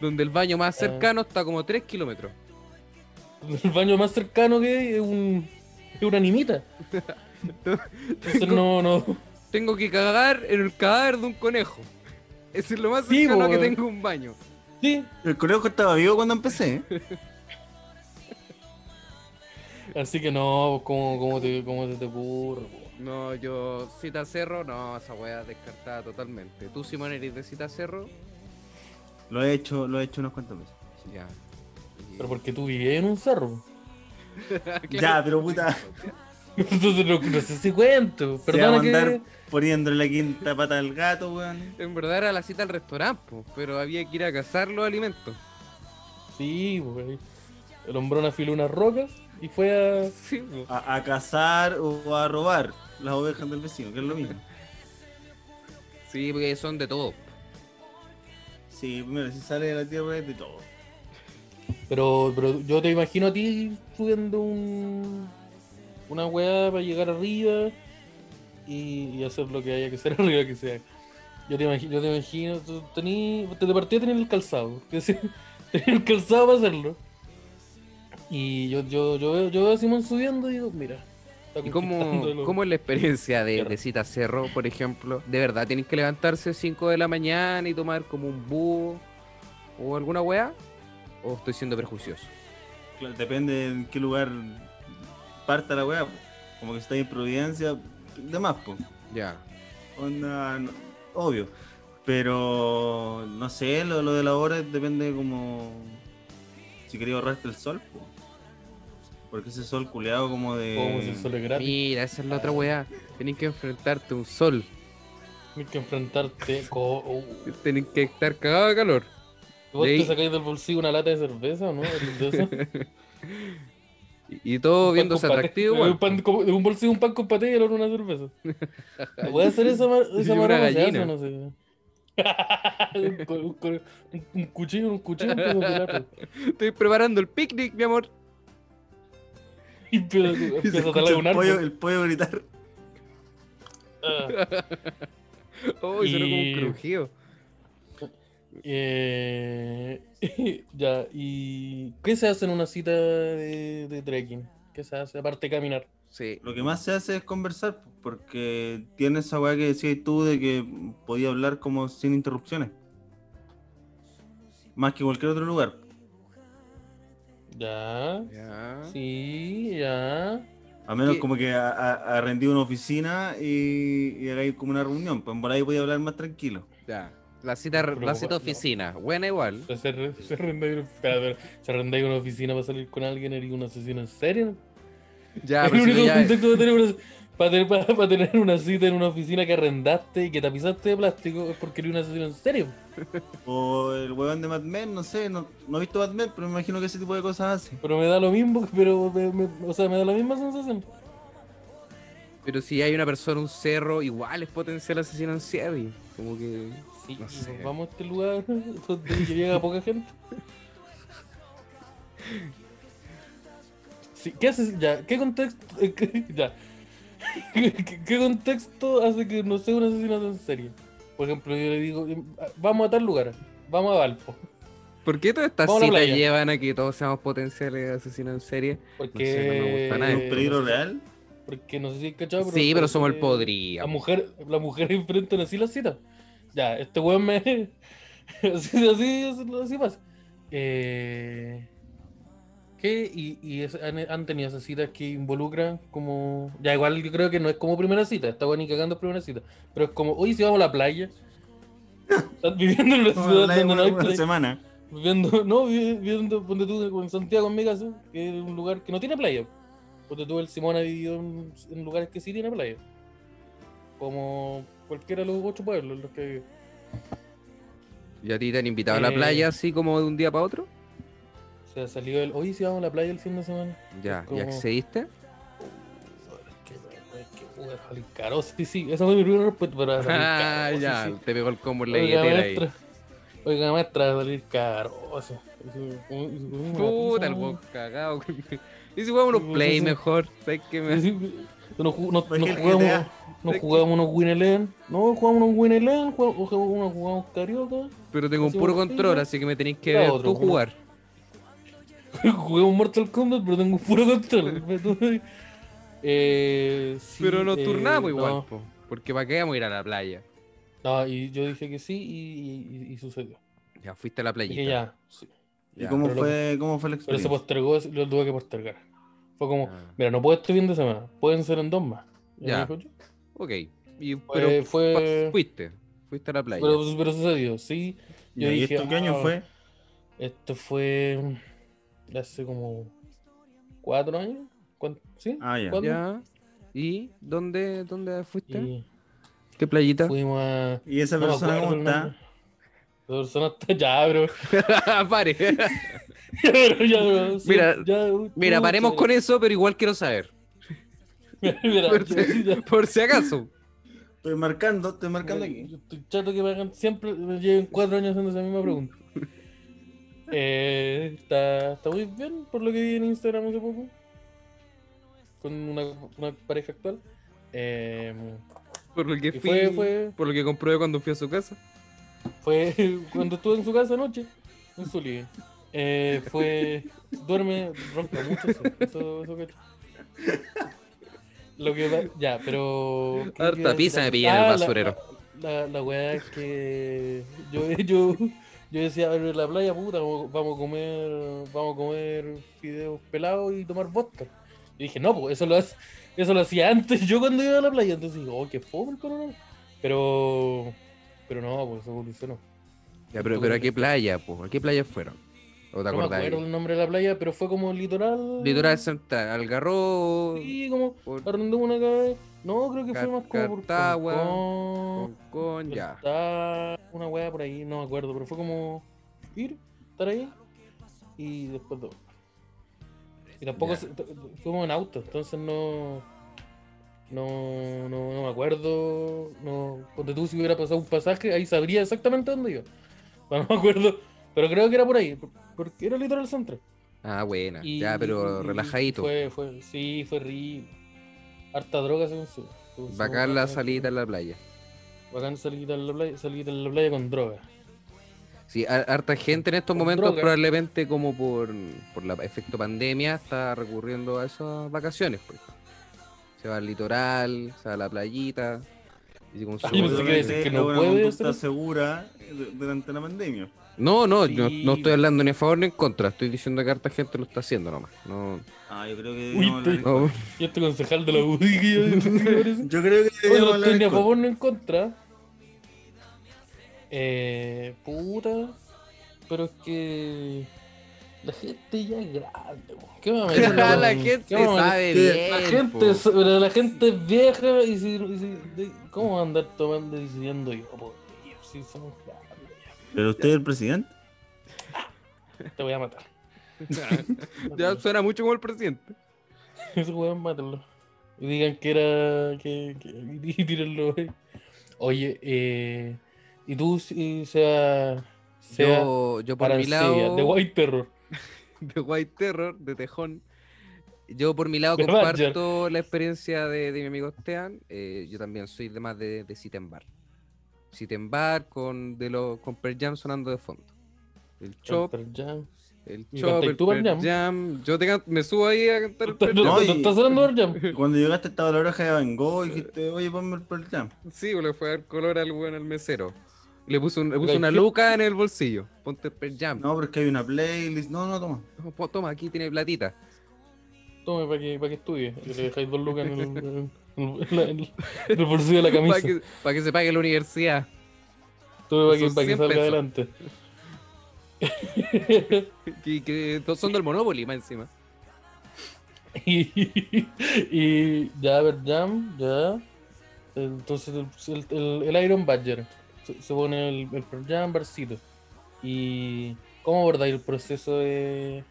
S3: donde el baño
S2: Ah.
S3: más cercano está como 3 kilómetros?
S2: El baño más cercano que hay es un. es una nimita. Entonces no, no.
S3: Tengo que cagar en el cadáver de un conejo. Eso es lo más
S2: Sí,
S3: cercano
S2: po,
S3: que
S2: weón.
S3: tengo un baño.
S2: Sí.
S1: El conejo estaba vivo cuando empecé. ¿eh?
S2: Así que no, ¿cómo, cómo, te, cómo se te ocurre? po?
S3: No, yo cita cerro, no, esa weá descartada totalmente. ¿Tú, Simón, eres de cita cerro?
S1: Lo he hecho, lo he hecho unos cuantos meses.
S3: Ya.
S2: Pero porque tú vivías en un cerro.
S1: Ya, pero puta.
S2: Entonces no, no sé si cuento.
S1: Se va a
S2: Perdona
S1: mandar
S2: que.
S1: poniéndole la quinta pata al gato, weón.
S3: En verdad era la cita al restaurante, po, pero había que ir a cazar los alimentos.
S2: Sí, güey. El hombrón afiló unas rocas y fue a.
S3: Sí, po.
S1: A, a cazar o a robar las ovejas del vecino, que es lo mismo.
S3: sí porque son de todo.
S1: Sí, primero, si sale de la tierra es de todo.
S2: Pero, pero yo te imagino a ti subiendo un, una weá para llegar arriba y, y hacer lo que haya que hacer arriba que sea. Yo te imagino, yo te imagino, tú tení, te de partida tener el calzado, que sí, tener el calzado para hacerlo. Y yo, yo, yo, veo, yo veo a Simón subiendo y digo, mira. está
S3: ¿Y cómo,
S2: conquistando lo-
S3: cómo es la experiencia de,
S2: Cerro.
S3: de cita cerro, por ejemplo? ¿De verdad tienes que levantarse 5 de la mañana y tomar como un búho o alguna weá? ¿O estoy siendo prejuicioso?
S1: Claro, depende en qué lugar parta la weá. po. Como que si está en Providencia, de más, po.
S3: Ya.
S1: Onda, no- obvio. Pero no sé, lo, lo de la hora depende como si quería ahorrarte el sol, po. Porque ese sol culeado como de.
S2: Como si el sol es Oh, gratis,
S3: Mira, esa es la
S2: Ah.
S3: otra weá. Tenés que enfrentarte a un sol.
S2: hay que enfrentarte con...
S3: Tenés que estar cagado de calor.
S2: ¿Vos
S3: Leí-
S2: te sacáis del bolsillo una lata de cerveza, no? ¿De eso?
S3: Y, y todo
S2: pan
S3: viéndose
S2: con paté.
S3: atractivo,
S2: Un,
S3: weón.
S2: pan con- un bolsillo, un pan con paté y el otro una cerveza. Voy a hacer esa, mar esa
S3: una
S2: maroma, se hace
S3: gallina.
S2: o no sé. un, co- un co- un- un cuchillo, un cuchillo. un pedazo de lata.
S3: Estoy preparando el picnic, mi amor.
S2: Y empieza,
S1: y se
S2: empieza a
S1: escucha
S2: talar
S1: el
S2: un
S1: pollo,
S2: árbol.
S1: el pollo gritar.
S2: Ah,
S3: Oh, y... suena como
S2: Y-
S3: un crujido.
S2: eh, ya, y... ¿Qué se hace en una cita de, de trekking? ¿Qué se hace? Aparte de caminar.
S3: Sí.
S1: Lo que más se hace es conversar, po, porque tiene esa weá que decías tú de que podía hablar como sin interrupciones. Más que cualquier otro lugar.
S2: Ya.
S1: Ah.
S3: Ya.
S2: Sí, ya.
S1: A menos
S3: Que-
S1: como que a- a- arrendí una oficina y, y hagáis como una reunión. Pues por ahí voy a hablar más tranquilo.
S3: Ya. La cita,
S2: Pero
S3: la cita
S2: bueno.
S3: oficina. Buena igual.
S2: Se, se, se arrendáis una- espera, espera, se arrendáis una oficina para salir con alguien, eres un asesino en serio.
S3: Ya,
S2: el
S3: pero si
S2: único
S3: no ya-
S2: contacto que tenemos para tener, para, para tener una cita en una oficina que arrendaste y que tapizaste de plástico es porque eres un asesino en serio.
S1: O el huevón de Mad Men, no sé, no, no he visto Mad Men, pero me imagino que ese tipo de cosas hace.
S2: Pero me da lo mismo, pero me- me- o sea, me da la misma sensación.
S3: pero si hay una persona, un cerro, igual es potencial asesino en serie. Como que.
S2: Sí,
S3: No
S2: y
S3: sé.
S2: nos vamos a este lugar donde llega poca gente. Sí, ¿qué haces? Ya, ¿qué contexto? eh, qué- ya. ¿Qué, qué- qué contexto hace que no sea un asesinato en serie? Por ejemplo, yo le digo, eh, vamos a tal lugar, vamos a Valpo.
S3: ¿Por qué todas estas
S2: Vamos a la
S3: citas
S2: playa.
S3: llevan a que todos seamos potenciales asesinos en serie?
S2: Porque.
S3: No sé, no me gusta nada.
S1: ¿Es
S2: Eh,
S1: un peligro real?
S2: Porque no sé si has cachado, pero.
S3: sí, pero somos el
S2: eh,
S3: podría.
S2: La mujer, la mujer enfrentan así la cita. Ya, este weón me. así, así, así pasa. Eh, ¿Qué? ¿Y, y es- han, han tenido esas citas que involucran como. Ya, igual yo creo que no es como primera cita, esta weón ni cagando es primera cita. Pero es como, oye, si vamos a la playa. Estás viviendo en una
S1: Vamos a
S2: ciudad
S1: hablar
S2: donde no
S1: una-
S2: hay
S1: una
S2: playa.
S1: semana.
S2: Viviendo, no, vi- viviendo, ponte tú como en Santiago, en mi caso, que es un lugar que no tiene playa. Ponte tú, el Simón ha vivido en, en lugares que sí tiene playa. Como cualquiera de los ocho pueblos en los que vive.
S3: ¿Y a ti te han invitado a la
S2: Eh.
S3: playa así como de un día para otro?
S2: Se ha salido el, oye, si vamos a la playa el fin de semana.
S3: Ya,
S2: como-
S3: ¿y accediste?
S2: Es que, es que, puta, va a salir caro. Sí, sí, esa fue mi primera respuesta, pero va a salir
S3: Ah,
S2: caro. sí,
S3: ya,
S2: sí.
S3: te pegó el combo en la
S2: Oiga,
S3: billetera ahí.
S2: maestra. Oiga, maestra, va a salir caro. O sea, eso- eso- eso-
S3: Puta, el
S2: eso-
S3: vos cagado. Y si jugamos
S2: Sí,
S3: unos
S2: pues,
S3: play
S2: eso.
S3: mejor, ¿sabes qué me
S2: Nos, ju- nos-
S1: Pues
S2: nos
S1: que el
S2: jugamos,
S1: GTA.
S2: nos jugamos unos Win Eleven. No, jugamos unos Win Eleven, jugamos, jugamos, jugamos Carioca.
S3: Pero tengo un
S2: Sí,
S3: puro
S2: pues, sí,
S3: control,
S2: ya.
S3: así que me tenéis que
S2: Ya,
S3: ver
S2: otro,
S3: tú
S2: uno.
S3: jugar.
S2: jugamos Mortal Kombat, pero tengo puro control. eh, sí,
S3: Pero nos
S2: eh,
S3: turnamos igual,
S2: no.
S3: po, porque para qué vamos a ir a la playa.
S2: No, y yo dije que sí y, y- y- y sucedió.
S3: Ya fuiste a la playita.
S2: Dije ya. sí.
S1: ¿Y
S3: Ya.
S1: cómo
S2: pero lo-
S1: fue, cómo fue la
S2: Pero se
S1: experiencia?
S2: postergó, lo tuve que postergar. Fue como,
S3: Ah,
S2: mira, no puedo este fin de semana, pueden ser en dos más. Y me
S3: Ya.
S2: dijo, "Ya".
S3: ok. Y, pero
S2: Fue- fue-
S3: pas- fuiste. Fuiste a la playa.
S2: pero, pero sucedió, sí. yo
S1: ¿Y
S2: dije,
S1: esto qué año
S2: ah,
S1: fue?
S2: Esto fue mm, hace como cuatro años. ¿cuán- ¿Sí?
S1: Ah, ya.
S2: ¿Cuándo?
S3: ya. ¿Y dónde, dónde fuiste?
S2: Y
S3: ¿Qué playita?
S2: fuimos a.
S1: ¿Y esa
S2: no me
S1: persona
S2: acuerdo
S1: cómo
S2: el
S1: está?
S2: nombre. La persona está ya, bro.
S3: Pare.
S2: Pero ya, bro, sí,
S3: Mira,
S2: ya,
S3: Mira, paremos con eso, pero igual quiero saber.
S2: Mira,
S3: Por
S2: yo-
S3: si,
S2: ya-
S3: por si acaso.
S1: Estoy marcando, estoy marcando aquí.
S2: yo Estoy chato que me hagan siempre. Me lleven cuatro años haciendo esa misma pregunta. Eh, está, está muy bien, por lo que vi en Instagram hace poco. Con una, una pareja actual. Eh,
S3: Por lo que
S2: Y
S3: fui,
S2: fue- fue-
S3: por lo que comprobé cuando fui a su casa.
S2: Fue cuando estuve en su casa anoche, en su ligue. Eh, fue. Duerme, ronca mucho, sí, eso, eso cacho. Lo que va- Ya, pero. ¿qué
S3: Harta
S2: iba a decir?
S3: pizza me pillé en el
S2: la-
S3: basurero.
S2: La, la, weá es que. Yo, yo, yo decía, "Pero en la playa, puta, vamos vamos a comer. Vamos a comer fideos pelados y tomar vodka. Y dije, no, pues eso lo, hace- eso lo hacía antes, yo cuando iba a la playa. Entonces dije, oh, qué fome el coronel. Pero. Pero no, pues eso evolucionó.
S3: Ya, pero,
S2: Tú
S3: pero ¿a
S2: eres-
S3: qué playa, po? ¿A qué playa fueron? ¿O te
S2: No me
S3: acordás?
S2: acuerdo el nombre de la playa, pero fue como litoral.
S3: Litoral Central, Algarrobo,
S2: Sí, como
S3: por-
S2: arrendó una cada vez. No, creo que
S3: Car-
S2: fue más como por
S3: Cartagua,
S2: Concón,
S3: Concón, ya.
S2: Está una weá por ahí, no me acuerdo, pero fue como ir, estar ahí y después dos. Y tampoco
S3: Ya.
S2: se- t- t- fuimos en auto, entonces no. No, no, no me acuerdo. No, ponte tú si hubiera pasado un pasaje, ahí sabría exactamente dónde iba. Pero no me acuerdo. Pero creo que era por ahí, por- porque era literal centro.
S3: Ah, buena.
S2: Y-
S3: ya, pero
S2: y- y
S3: relajadito.
S2: Fue, fue, sí, fue rico. Harta droga se consumió. Se consumió
S3: Bacán la
S2: harta-
S3: salida en la playa.
S2: Bacán salida en la playa, salida en la playa con droga.
S3: Sí, ha- harta gente en estos
S2: Con
S3: momentos
S2: droga.
S3: probablemente como por, por la efecto pandemia está recurriendo a esas vacaciones. Pues. Se va al litoral, se va a la playita. Y se consume
S2: Ay, yo pensé que iba a
S3: droga.
S2: decir que
S1: Es
S2: no
S1: una
S2: puede
S1: conducta
S2: hacer-
S1: segura eh, durante la pandemia.
S3: No, no,
S2: Sí,
S3: yo no estoy hablando ni a favor ni en contra. Estoy diciendo que harta gente lo está haciendo nomás. No,
S1: Ah, yo creo que
S2: Uy,
S1: deberíamos
S2: estoy-
S1: hablar-
S3: no,
S2: Y este concejal de la UDI que yo Oye,
S1: Yo creo que
S2: no
S1: deberíamos hablar
S2: estoy ni a
S1: en contra.
S2: favor ni en contra. Eh, puta. Pero es que. La gente ya es grande, po. ¿Qué me va a meter,
S3: la
S2: weón?
S3: gente
S2: ¿Qué me va a
S3: sabe
S1: que
S3: bien.
S2: La
S3: po.
S2: gente, es- pero la gente es vieja y si, y si- de- ¿cómo van a andar tomando y decidiendo yo? po, tío? Si somos grandes,
S1: Pero usted es el presidente.
S2: ya. te voy a matar.
S3: ya suena mucho como el presidente.
S2: Ese weón, mátenlo. Y digan que era. que. que y tírenlo, wey. Oye, eh. Y tú, si- sea. sea
S3: Yo, yo por mi
S2: Arancilla,
S3: lado.
S2: de White Terror.
S3: de White Terror, de Tejón. Yo por mi lado
S2: De Badger.
S3: comparto la experiencia de, de mi amigo Esteban. Eh, yo también soy de más de, de sit and bar. Sit and bar con, de lo, con Pearl Jam sonando de fondo. El chop,
S2: Pearl Jam.
S3: el
S2: ¿Y
S3: chop,
S2: cantáis
S3: el
S2: tú Pearl
S3: Pearl Jam. Yo te can- me subo ahí a cantar el
S2: ¿Tú-
S3: Pearl Jam.
S2: ¿No
S1: No, y-
S2: no estás sonando Pearl Jam?
S1: Cuando llegaste estaba la oreja de Van Gogh y dijiste, oye, ponme el Pearl Jam.
S3: Sí, pues, le fue a dar color al weón al mesero. Le puso, un- le puso
S2: Pero
S3: una
S2: ¿qué?
S3: luca en el bolsillo. Ponte el Pearl Jam.
S1: No, pero es que hay una playlist. No, no, toma.
S3: No, po- Toma, aquí tiene platita.
S2: Tome para que, pa' que estudie. Y Le dejáis dos lucas en el, en el- en la- en el- en el bolsillo de la camisa.
S3: Para que, pa' que se pague la universidad.
S2: Tome para que,
S3: son
S2: pa' que
S3: 100
S2: salga
S3: pesos.
S2: adelante.
S3: Que, que to- son del Monopoly más encima.
S2: y, y ya, Pearl Jam, ya. Entonces el, el- el Iron Badger se, se pone el, el Pearl Jam barcito. ¿Y cómo abordáis el proceso de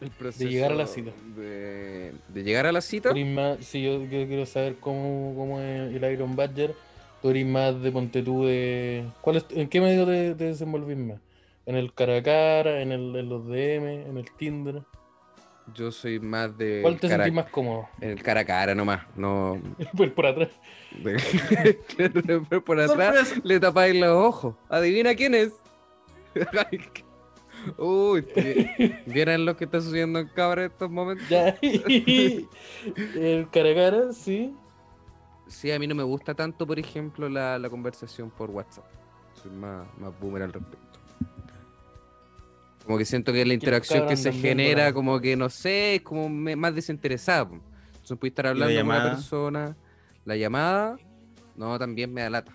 S3: El proceso
S2: llegar a la cita.
S3: De, de llegar a la cita.
S2: Tú eres más- sí, yo, yo quiero saber cómo, cómo es el Iron Badger. Tú eres más de ponte tú de. ¿Cuál es, ¿En qué medio te, te desenvolvís más? ¿En el cara a cara? ¿En, el, en los DM? ¿En el Tinder?
S3: Yo soy más de.
S2: ¿Cuál te
S3: cara,
S2: sentís más cómodo?
S3: en el cara a cara nomás. No.
S2: Por, por atrás.
S3: de- claro, después por atrás
S1: Sorpresa.
S3: le tapáis los ojos. Adivina quién es. Uy, vi- ¿vieran lo que está sucediendo en cabra en estos momentos?
S2: Ya. el cara a cara, sí.
S3: Sí, a mí no me gusta tanto, por ejemplo, la, la conversación por WhatsApp. Soy más, más boomer al respecto. Como que siento que la interacción que
S2: cabrón
S3: se
S2: también,
S3: genera,
S2: ¿verdad?
S3: como que no sé, es como me- más desinteresada. po. Entonces puedes estar hablando con una
S1: llamada?
S3: persona. La llamada, no, también me da lata.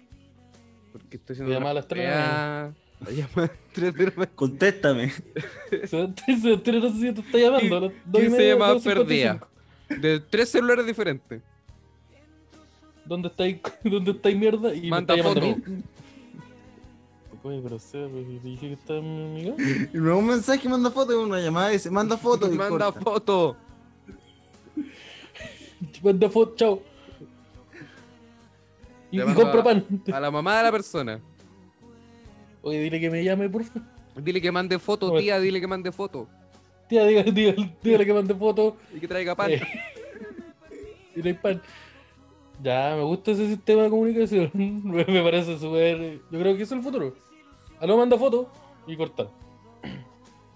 S3: Porque estoy haciendo.
S2: La llamada
S3: una
S2: a las tres de la
S3: weá, La llamada a las tres de la mañana.
S1: Contéstame.
S2: Se se- te- no sé si te está llamando. a las dos y
S3: 15
S2: media, 2:55.
S3: llamadas perdidas. De tres celulares diferentes.
S2: ¿Dónde estáis? ¿Dónde estáis mierda? Y
S3: Manda
S2: me está
S3: foto.
S2: llamando a mí. Oye, pero sea, pues, dije que estaba mi amiga.
S1: Y luego un mensaje manda foto, una llamada dice, manda foto. Y
S3: Manda
S1: corta.
S3: foto.
S2: Manda foto, chao. Y,
S3: Te
S2: y
S3: mando
S2: compra
S3: a-
S2: pan.
S3: A la mamá de la persona.
S2: Oye, dile que me llame, por favor.
S3: Dile que mande foto,
S2: Bueno.
S3: tía, dile que mande foto.
S2: Tía, diga- diga- dígale que mande foto.
S3: Y que traiga pan.
S2: Eh, y no hay pan. Ya, me gusta ese sistema de comunicación. me me parece súper. Yo creo que eso es el futuro. Aló, manda foto y cortar.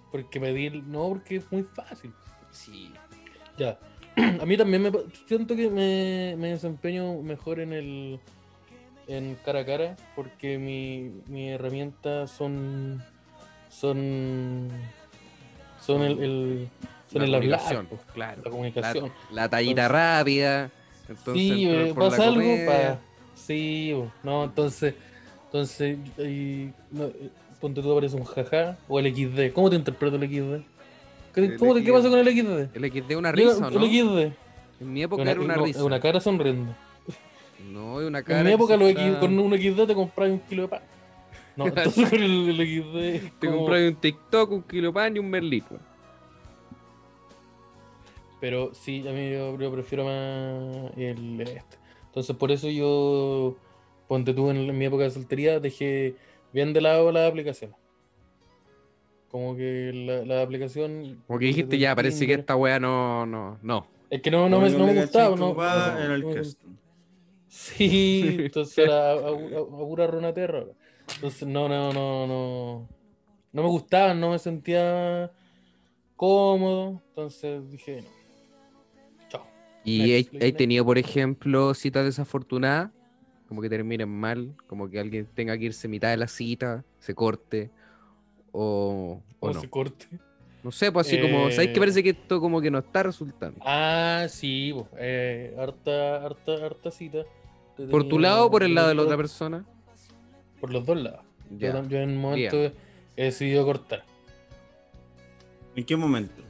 S2: Porque pedir. No, porque es muy fácil.
S3: Sí.
S2: Ya. A mí también me pa- siento que me, me desempeño mejor en el en cara a cara porque mi, mi herramienta son son son el, el- son
S3: La
S2: el hablar,
S3: comunicación,
S2: pues,
S3: claro.
S2: la
S3: La,
S2: comunicación.
S3: la tallita rápida. Entonces,
S2: sí,
S3: entrar
S2: eh,
S3: por la
S2: pasa algo
S3: comedia.
S2: para sí, bo, no, entonces entonces y, no, eh, ponte tú aparece un jaja o el XD. ¿Cómo te interpreto el XD? ¿Qué,
S3: El
S2: cómo te- ¿qué
S3: XD.
S2: pasa con el XD?
S3: El XD una
S2: Yo-
S3: risa, ¿o ¿no?
S2: El XD.
S3: En mi época era una
S2: no,
S3: risa.
S2: una cara sonriendo.
S3: No, es una cara.
S2: En mi
S3: que
S2: época
S3: se
S2: los
S3: está-
S2: X- con un XD te comprabas un kilo de pan. No, entonces con el, el XD. es
S3: Te
S2: como-
S3: compré un TikTok, un kilo pan y un merlito.
S2: Pero sí, a mí yo, yo prefiero más el este. Entonces por eso yo, ponte tú en, mi época de soltería, dejé bien de lado las aplicaciones. Como que la, la aplicación...
S3: Como que dijiste,
S2: ponte tú,
S3: ya, parece que
S2: Tinder.
S3: esta wea no, no, no.
S2: Es que no, no me,
S1: Lo
S2: no me
S1: único que
S2: gustaba.
S1: caché
S2: No,
S1: tu papá
S2: no,
S1: era el
S2: no me
S1: Kirsten.
S2: Sí, entonces era a, a- a- a pura runa terra. Entonces, no, no, no, no. No me gustaba, no me sentía cómodo. Entonces dije, no. Chao.
S3: Y
S2: Next,
S3: he,
S2: please,
S3: he
S2: next.
S3: tenido, por ejemplo, citas desafortunadas, como que terminen mal, como que alguien tenga que irse a mitad de la cita, se corte, o, o
S2: ¿Cómo
S3: no.
S2: se corte?
S3: No sé, pues así como, ¿sabéis que
S2: Eh.
S3: parece que esto como que no está resultando?
S2: Ah, sí, bo, eh, harta, harta, harta cita. que he
S3: ¿Por tu
S2: tenido
S3: lado o por el
S2: los
S3: lado de la
S2: dos-
S3: otra persona?
S2: Por los dos lados. Yo,
S3: Ya.
S2: tam- yo en un momento he decidido cortar.
S1: ¿En qué momento?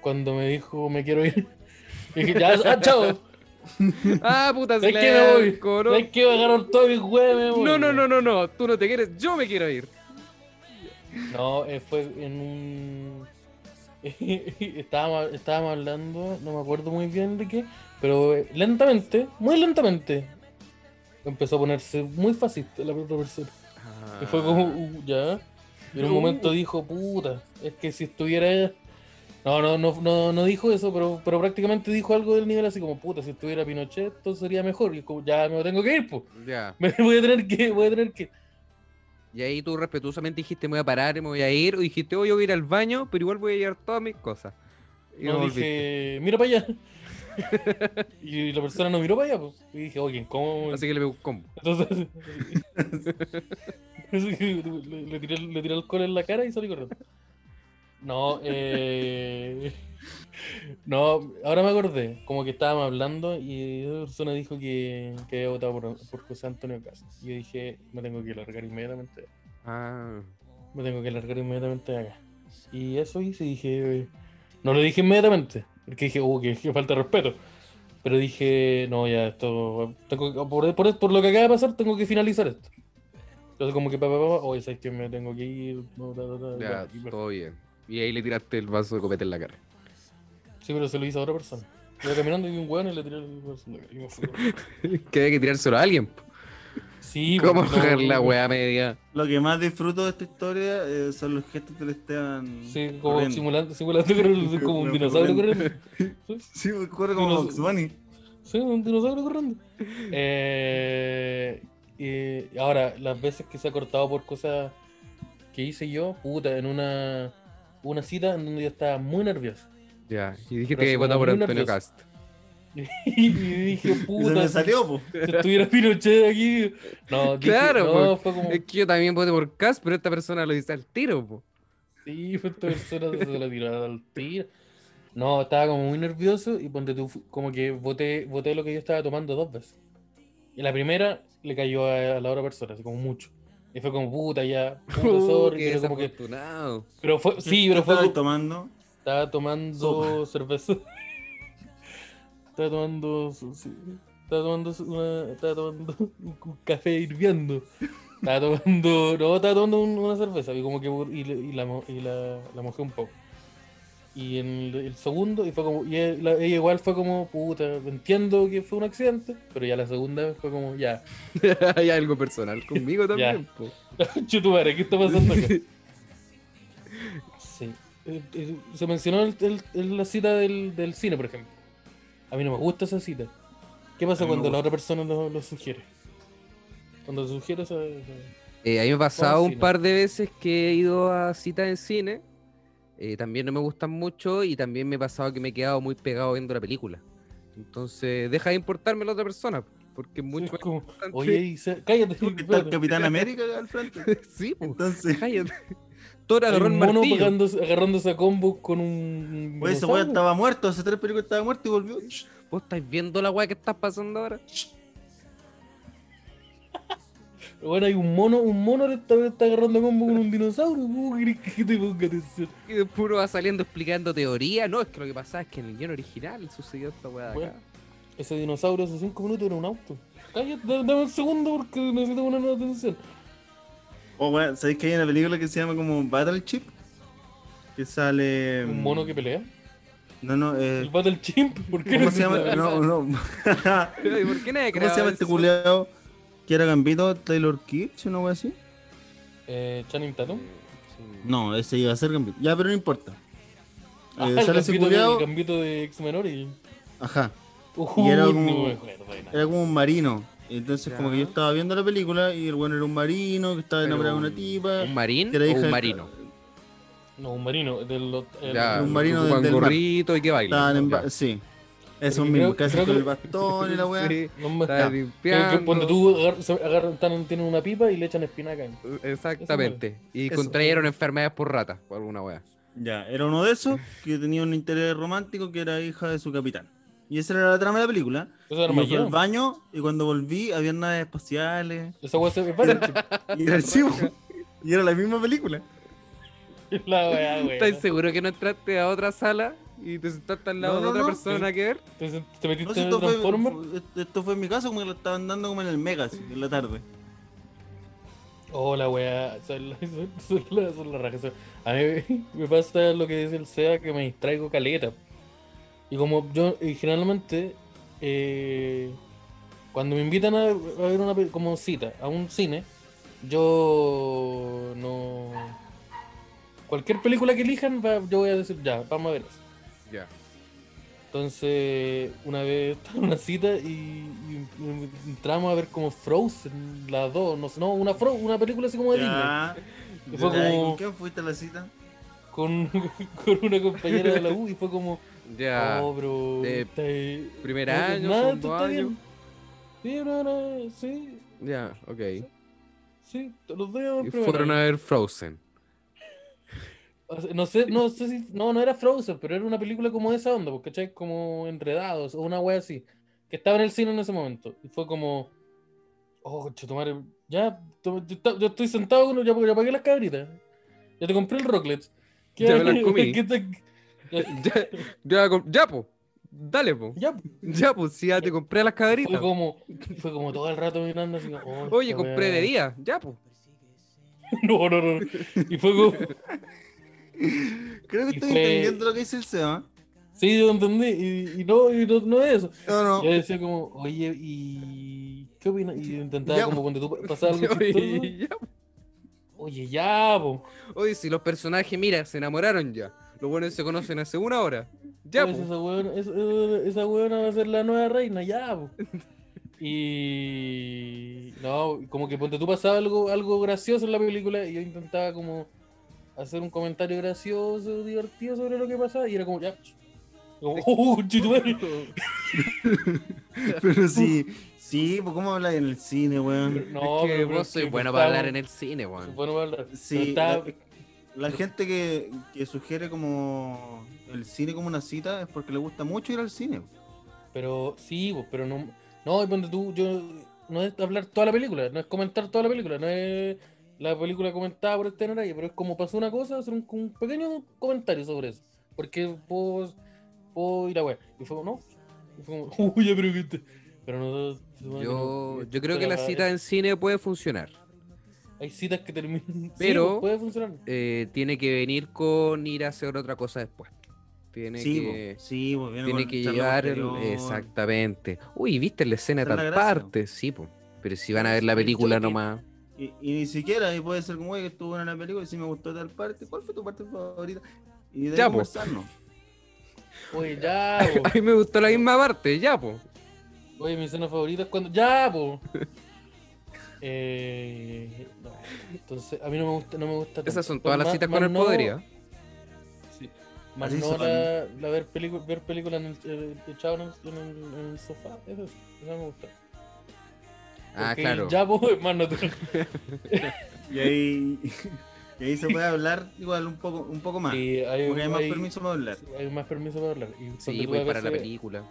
S2: Cuando me dijo, me quiero ir, dije, ya, ah, chao.
S3: Ah, puta,
S2: ¿Sabes
S3: se
S2: qué?
S3: la
S2: Me voy.
S3: arco, ¿no?
S2: Es que me agarraron todo mi huevos.
S3: No, no, no, no, no, tú no te quieres, yo me quiero ir.
S2: No, eh, fue en un. estábamos, estábamos hablando, no me acuerdo muy bien de qué, pero eh, lentamente, muy lentamente, empezó a ponerse muy fascista la otra persona. Y fue como, "Uh, ya. Y en un
S3: Uh.
S2: momento dijo, puta, es que si estuviera. No, no, no, no, no dijo eso, pero, pero prácticamente dijo algo del nivel así como, puta, si estuviera Pinochet, todo sería mejor. Y es como, ya me tengo que ir, pues.
S3: Ah, Ya.
S2: Me voy a tener que, voy a tener que.
S3: Y ahí tú respetuosamente dijiste, me voy a parar, me voy a ir, o dijiste, hoy voy a ir al baño, pero igual voy a llevar todas mis cosas. Y
S2: No,
S3: no volviste.
S2: dije, mira para allá. y la persona no miró para allá, pues. Y dije, oye, ¿cómo?
S3: Así que le pegó un combo.
S2: Entonces. así que le, le tiré, le tiré alcohol en la cara y salí corriendo. No, eh. No, ahora me acordé. Como que estábamos hablando y esa persona dijo que, que había votado por, por José Antonio Casas. Y yo dije, me tengo que largar inmediatamente.
S3: Ah.
S2: Me tengo que largar inmediatamente de acá. Y eso hice, dije. eh, No lo dije inmediatamente, porque dije, uh, que, que falta de respeto. Pero dije, no, ya, esto. Tengo, que- por, por, por lo que acaba de pasar, tengo que finalizar esto. Entonces, como que, papá, papá, oye, ¿sabes que me tengo que ir? No, ta, ta, ta,
S3: Ya,
S2: ya, y perfecto.
S3: todo bien. Y ahí le tiraste el vaso de copete en la cara.
S2: Sí, pero se lo hice a otra persona. Iba caminando y vi un hueón y le tiré el hueón en la cara, y me fui.
S3: que había que tirárselo a alguien. po.
S2: Sí,
S3: ¿Cómo
S2: porque
S3: bajar
S2: no-
S3: la weá media?
S1: Lo que más disfruto de esta historia eh, son los gestos del Esteban.
S2: Sí, como
S1: corriendo.
S2: simulando, simulando correr, como un dinosaurio corriendo.
S1: Sí, me acuerdo como
S2: Dinos-
S1: Bugs Bunny.
S2: Sí, un dinosaurio corriendo. Eh, eh, ahora, las veces que se ha cortado por cosas que hice yo, puta, en una, una cita en donde yo estaba muy nervioso.
S3: Ya. Y dijiste
S2: Pero
S3: que
S2: así
S3: votó
S2: como
S3: por
S2: muy
S3: Antonio
S2: nervioso.
S3: Cast.
S2: Y dije,
S1: Y se
S2: puta,
S1: me
S2: si
S1: salió, po.
S2: estuviera Pinochet aquí. No, dije,
S3: Claro,
S2: no, fue como,
S3: Es que yo también voté por Cast, pero esta persona lo dice al tiro, po.
S2: sí, fue esta persona se la tiró al tiro. No, estaba como muy nervioso y ponte tú, fu- como que boté, boté lo que yo estaba tomando dos veces. Y la primera le cayó a, a la otra persona, así como mucho. Y fue como, puta, ya, puta, sorry,
S3: Uh, Qué
S2: pero como que
S3: desafortunado.
S2: Pero fue, sí, pero
S1: ¿Qué estabas
S2: fue.
S1: tomando.
S2: Estaba tomando cerveza. estaba tomando. sí, Estaba tomando una- Estaba tomando un un café hirviendo. Estaba tomando. No, estaba tomando un- una cerveza. Y como que y, le- y la, mo- y la, la mojé un poco. Y en el, el segundo, y fue como. Y él- la- ella, igual fue como, puta, entiendo que fue un accidente. Pero ya la segunda vez fue como, ya.
S3: Hay algo personal conmigo también, po.
S2: Chutumare, ¿qué está pasando acá? Sí. Eh, eh, Se mencionó el- el- el- la cita del, del cine, por ejemplo. A mí no me gusta esa cita. ¿Qué pasa
S1: A mí me
S2: cuando la otra persona lo, lo sugiere? Cuando lo sugiere, esa- esa-
S3: Eh, a mí me ha pasado un
S2: cine.
S3: par de veces que he ido a citas en cine. eh, también no me gustan mucho y también me ha pasado que me he quedado muy pegado viendo la película. Entonces, deja de importarme la otra persona, porque es mucho
S2: es como,
S3: más importante.
S2: oye, Isa- cállate.
S1: Porque está el
S2: espérate.
S1: Capitán América al frente.
S3: sí, po,
S1: Entonces,
S3: cállate. Thor
S2: Hay
S3: agarró el
S2: un mono
S3: martillo.
S2: agarrándose, agarrándose a combo con un.
S1: pues, ese
S2: dinosaurio.
S1: weón estaba muerto. Hace tres películas estaba muerto y volvió.
S3: ¿Vos estáis viendo la weá que estás pasando ahora?
S2: Bueno, hay un mono, un mono le está, le está agarrando a combo con un dinosaurio. ¿Cómo querés que te ponga atención?
S3: Y después uno va saliendo explicando teoría. No, es que lo que pasa es que en el guión original sucedió esta weá de
S2: Bueno.
S3: acá.
S2: Ese dinosaurio hace 5 minutos era un auto. Cállate, dame dame un segundo porque necesito ponerme atención.
S1: Oh, weón, ¿sabéis que hay una película que se llama como Battleship? Que sale. mm,
S2: Un mono que pelea.
S1: No, no,
S2: El
S1: Em, eh.
S2: Battle Chimp, ¿por qué
S1: ¿Cómo
S2: no
S1: se llama? No, no. ¿Cómo
S3: Pero, ¿y por qué nadie
S1: se
S3: graba
S1: llama este
S3: eso?
S1: culiado? ¿Que era Gambito? ¿Taylor Kitsch? ¿Una wea así?
S2: Eh, Channing Tatum.
S1: No, ese iba a ser Gambito. Ya, pero no importa. Eh,
S2: Ah, el
S1: sale ese
S2: gambito de-
S1: culiado.
S2: el gambito de ex menor y.
S1: Ajá.
S2: Ujú,
S1: Y era
S2: no
S1: como-
S2: me acuerdo de nada.
S1: Era como un marino. Entonces, como que yo
S3: Ya.
S1: estaba viendo la película y el bueno era un marino que estaba
S3: Pero
S1: enamorado de
S3: un-
S1: una tipa.
S3: ¿Un marín
S1: que era hija
S3: o un
S1: del-
S3: marino?
S2: No, un marino. Del, el-
S3: Ya,
S1: un marino
S3: ocupan
S1: del- del mar.
S3: gorrito y que bailan.
S1: Estaban en
S3: ya.
S1: ba- Sí. Es un
S2: Creo-
S1: mismo, casi
S2: creo
S1: con
S2: que-
S1: el bastón y la weá.
S3: Sí,
S2: No me
S3: está
S1: Ya.
S2: Creo que
S3: limpiando.
S2: cuando tú agar- se- agarran, tan- tienen una pipa y le echan espinaca.
S3: Exactamente. Y
S1: Eso.
S3: contrayeron enfermedades por ratas, por alguna wea.
S1: Ya, era uno de esos que tenía un interés romántico que era hija de su capitán. Y esa era la trama de la película.
S2: Eso era
S1: Y me fui al
S2: Armagedón.
S1: baño y cuando volví había naves espaciales.
S2: Esa weá se es Battleship.
S1: Y era el Cibo. Y era la misma película.
S2: La weá, weá.
S3: ¿Estás seguro que no entraste a otra sala y te sentaste al lado
S1: No,
S3: de
S1: no,
S3: otra
S1: no.
S3: persona que ver?
S2: Entonces, ¿Te
S1: No,
S2: metiste
S1: si
S2: en el
S1: esto, fue,
S2: Transformer?
S1: fue- esto fue en mi casa, como que lo estaban dando como en el Mega, así, en la tarde.
S2: Oh, la weá. Son, la- son, son la- son las rajas. A mí me pasa lo que dice el SEA que me distraigo caleta. Y como yo, y generalmente, eh, cuando me invitan a, a ver una pe- como cita a un cine, yo no. Cualquier película que elijan, va- yo voy a decir ya, vamos a ver eso.
S3: Ya.
S2: Entonces, una vez estaba en una cita y, y- y entramos a ver como Frozen, la 2, no sé, no, una, Fro- una película así como de Disney,
S1: Ya.
S2: Y fue
S1: Ya, ¿y
S2: como-
S1: ¿Con quién fuiste a la cita?
S2: con, con una compañera de la U y fue como,
S3: Ya.
S2: oh, bro,
S3: Ah, de
S2: está ahí-
S3: primer
S2: no,
S3: año,
S2: nada,
S3: segundo
S2: tú estás
S3: año.
S2: bien. Sí, no, no, sí,
S3: Ya, ok.
S2: sí, te los doy en
S3: Y
S2: primer
S3: fueron
S2: año.
S3: a ver Frozen.
S2: O sea, No sé, no sé si, no, no era Frozen, pero era una película como de esa onda, porque ¿cachai? Como Enredados o una wea así, que estaba en el cine en ese momento. Y fue como, oh, chetumare, ya, to- yo, ta- yo estoy sentado, con- ya, ya pagué las cabritas, ya te compré el Rocklets.
S3: Ya me las comí.
S2: ¿Qué te- ya-
S3: Ya, ya, com- ya, po. Dale, po.
S2: ya,
S3: Ya, po. Si ya te compré las
S2: fue
S3: cabritas.
S2: como, fue como todo el rato mirando así, como, oh,
S3: Oye,
S2: esta
S3: compré
S2: wea.
S3: de día. Ya, po.
S2: No, no, no. no. Y fue como,
S1: Creo que
S2: Y
S1: estoy
S2: fue-
S1: entendiendo lo que dice el Seba.
S2: sí, yo entendí, y, y no, y no, no es eso.
S1: No, no.
S2: Yo decía como, oye, ¿y qué opinas? Y intentaba
S1: Ya,
S2: como cuando tú pasaba algo chistoso.
S3: Oye, ya, po.
S2: Oye, ya, po.
S3: Oye, si los personajes, mira, se enamoraron ya. Los buenos se conocen hace una hora. Ya,
S2: Pues
S3: po.
S2: esa, weona, es- es- esa weona va a ser la nueva reina, ya, pues. po. Y... No, como que ponte tú pasaba algo, algo gracioso en la película y yo intentaba como hacer un comentario gracioso, divertido sobre lo que pasaba y era como, ya. Como, oh, chitumare.
S1: Pero sí, sí, pues ¿cómo hablas en el cine, weón?
S2: No,
S3: es que
S2: pero- pero
S3: vos soy
S2: que
S3: bueno
S2: estaba-
S3: para hablar en el cine, weón.
S2: Bueno, para hablar. Pero
S1: Sí,
S2: estaba-
S1: la, la gente que, que sugiere como el cine como una cita es porque le gusta mucho ir al cine.
S2: Pero sí, vos, pero no. No, y ponte tú, yo. No es hablar toda la película, no es comentar toda la película, no es la película comentada por este nadie, pero es como pasó una cosa, hacer un, un pequeño comentario sobre eso. Porque vos. Puedo ir a wea. Y fue como, no. Y fue como, uy, ya, pero que te- Pero no. se supone que no-
S3: Yo, yo creo que
S2: pero
S3: la cita en cine puede funcionar.
S2: Hay citas que terminan.
S3: Pero-
S2: Sí, vos, puede funcionar.
S3: Eh, tiene que venir con ir a hacer otra cosa después. Tiene
S1: Sí,
S3: que,
S1: pues, sí, pues viene
S3: tiene
S1: con
S3: que
S1: charla
S3: llevar el-
S1: posterior.
S3: exactamente. Uy, ¿viste la escena de
S1: Esa es la
S3: tal
S1: gracia.
S3: parte? Sí, po. Pero si van a ver la
S2: El
S3: película
S2: choque.
S3: nomás.
S1: Y, y ni siquiera, y puede ser como, oye, que estuvo en la película y si me gustó tal parte, ¿cuál fue tu parte favorita? Y de
S3: Ya, pues.
S1: ahí
S3: po.
S1: conversarnos.
S2: Oye, pues, ya, vos.
S3: A mí me gustó la misma parte, ya, po.
S2: Oye, mi escena favorita es cuando. ¡Ya, po! Eh, no. Entonces, a mí no me gusta. No me gusta tanto.
S3: Esas son
S2: Pues
S3: todas las
S2: más-
S3: citas
S2: más
S3: con el
S2: no-
S3: podería.
S2: sí. Más
S1: Así
S2: no
S1: son.
S2: la, la ver, películas ver película en el, eh, echado en el, en el- en el sofá. Eso, eso no me gusta.
S3: Ah,
S2: Porque
S3: claro.
S2: el Ya, po, es más natural.
S1: Y ahí, y ahí se puede hablar igual un poco, un poco más.
S2: Y hay,
S1: porque hay más
S2: hay-
S1: permiso para hablar.
S2: sí, hay más permiso para hablar. Y ponte
S3: Sí,
S2: tú
S3: pues
S2: a
S3: para la
S2: veces-
S3: película.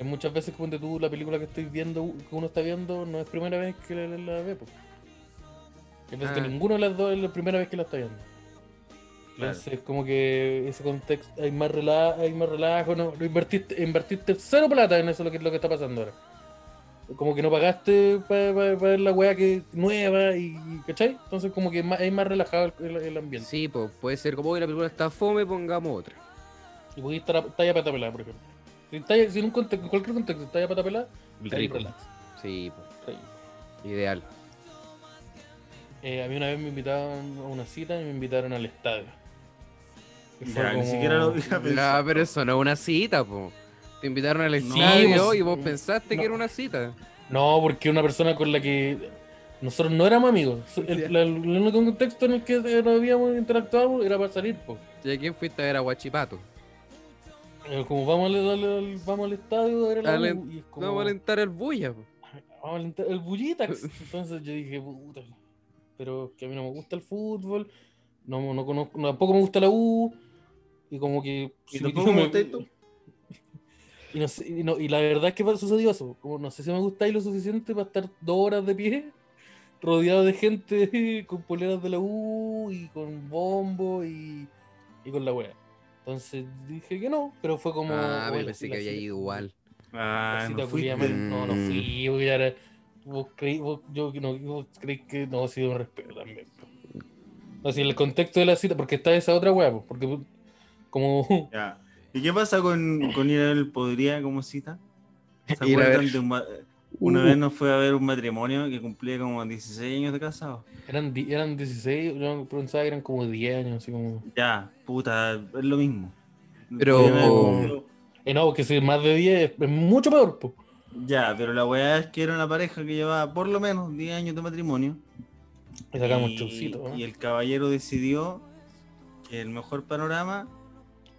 S2: Hay muchas veces que ponte tú la película que estoy viendo, que uno está viendo, no es primera vez que la, la- la ve, pues. Hay veces que
S3: Ah.
S2: ninguno de las dos es la primera vez que la está viendo.
S1: Claro.
S2: Entonces, como que ese contexto, hay más relajo, hay más relajo, no, no invertiste, invertiste cero plata en eso lo que, lo que está pasando ahora. Como que no pagaste para ver la weá que nueva y, y- ¿cachai? Entonces como que es más, es más relajado el, el ambiente.
S3: Sí, pues puede ser como que la película está fome, pongamos otra.
S2: Y podéis estar a, estar a pata pelada, por ejemplo. Si estáis si en un contexto, en cualquier contexto estáis a pata pelada, estáis
S3: Rico.
S2: relax,
S3: Sí, po.
S2: estáis-
S3: Ideal.
S2: Eh, a mí una vez me invitaron a una cita y me invitaron al estadio. Y fue
S1: Ya, ni
S2: como-
S1: siquiera lo había
S3: Ya,
S1: pensado.
S3: pero eso no es una cita, po. Te invitaron al
S1: No.
S3: estadio
S2: Sí, vos-
S3: y vos pensaste
S2: no.
S3: que era una cita.
S2: No, porque una persona con la que nosotros no éramos amigos. El, la- el único contexto en el que nos habíamos interactuado era para salir, po.
S3: ¿Y a quién fuiste a ver a Guachipato?
S2: Eh, Como vamos al, al- al- vamos al estadio a ver a la
S3: Al-
S2: U, y es como,
S3: No va a alentar al bulla. po.
S2: vamos a alentar el Bullitax. Entonces yo dije, puta, pero que a mí no me gusta el fútbol, no, no conozco, tampoco me gusta la U, y como que...
S1: Y
S2: si mi
S1: tampoco
S2: tío
S1: me
S2: me-
S1: gustáis tú.
S2: Y, no sé- y no- y la verdad es que sucedió eso. Como no sé si me gustáis lo suficiente para estar dos horas de pie, rodeado de gente con poleras de la U y con bombo y, y con la wea. Entonces dije que no, pero fue como.
S3: Ah,
S2: "Oye,
S3: me
S2: la
S3: pensé
S2: cita-
S3: que había ido igual.
S2: la
S1: Ah,
S2: cita
S1: no fuiste.
S2: culia mal- no, no
S3: Mm.
S2: fui, porque ahora- Vos creí, vos- yo que no, vos creí que no, ha sido un respeto también. po. No, si el contexto de la cita, porque está esa otra wea, po, porque como
S1: Ya. ¿Y qué pasa con, con ir al Podría como cita? ¿Se
S3: Ir a ver. Uh.
S1: acuerdan de un ma- Una vez nos fue a ver un matrimonio que cumplía como 16 años de casado.
S2: Eran, di- eran 16, yo pensaba que eran como 10 años, así como...
S1: Ya, puta, es lo mismo.
S3: Pero-
S1: Podrían haber cumplido-
S2: Eh, no, porque si más de 10 es mucho peor, po.
S1: Ya, pero la weá es que era una pareja que llevaba por lo menos 10 años de matrimonio.
S2: Le sacamos
S1: y,
S2: chaucito, ¿no?
S1: y el caballero decidió que el mejor panorama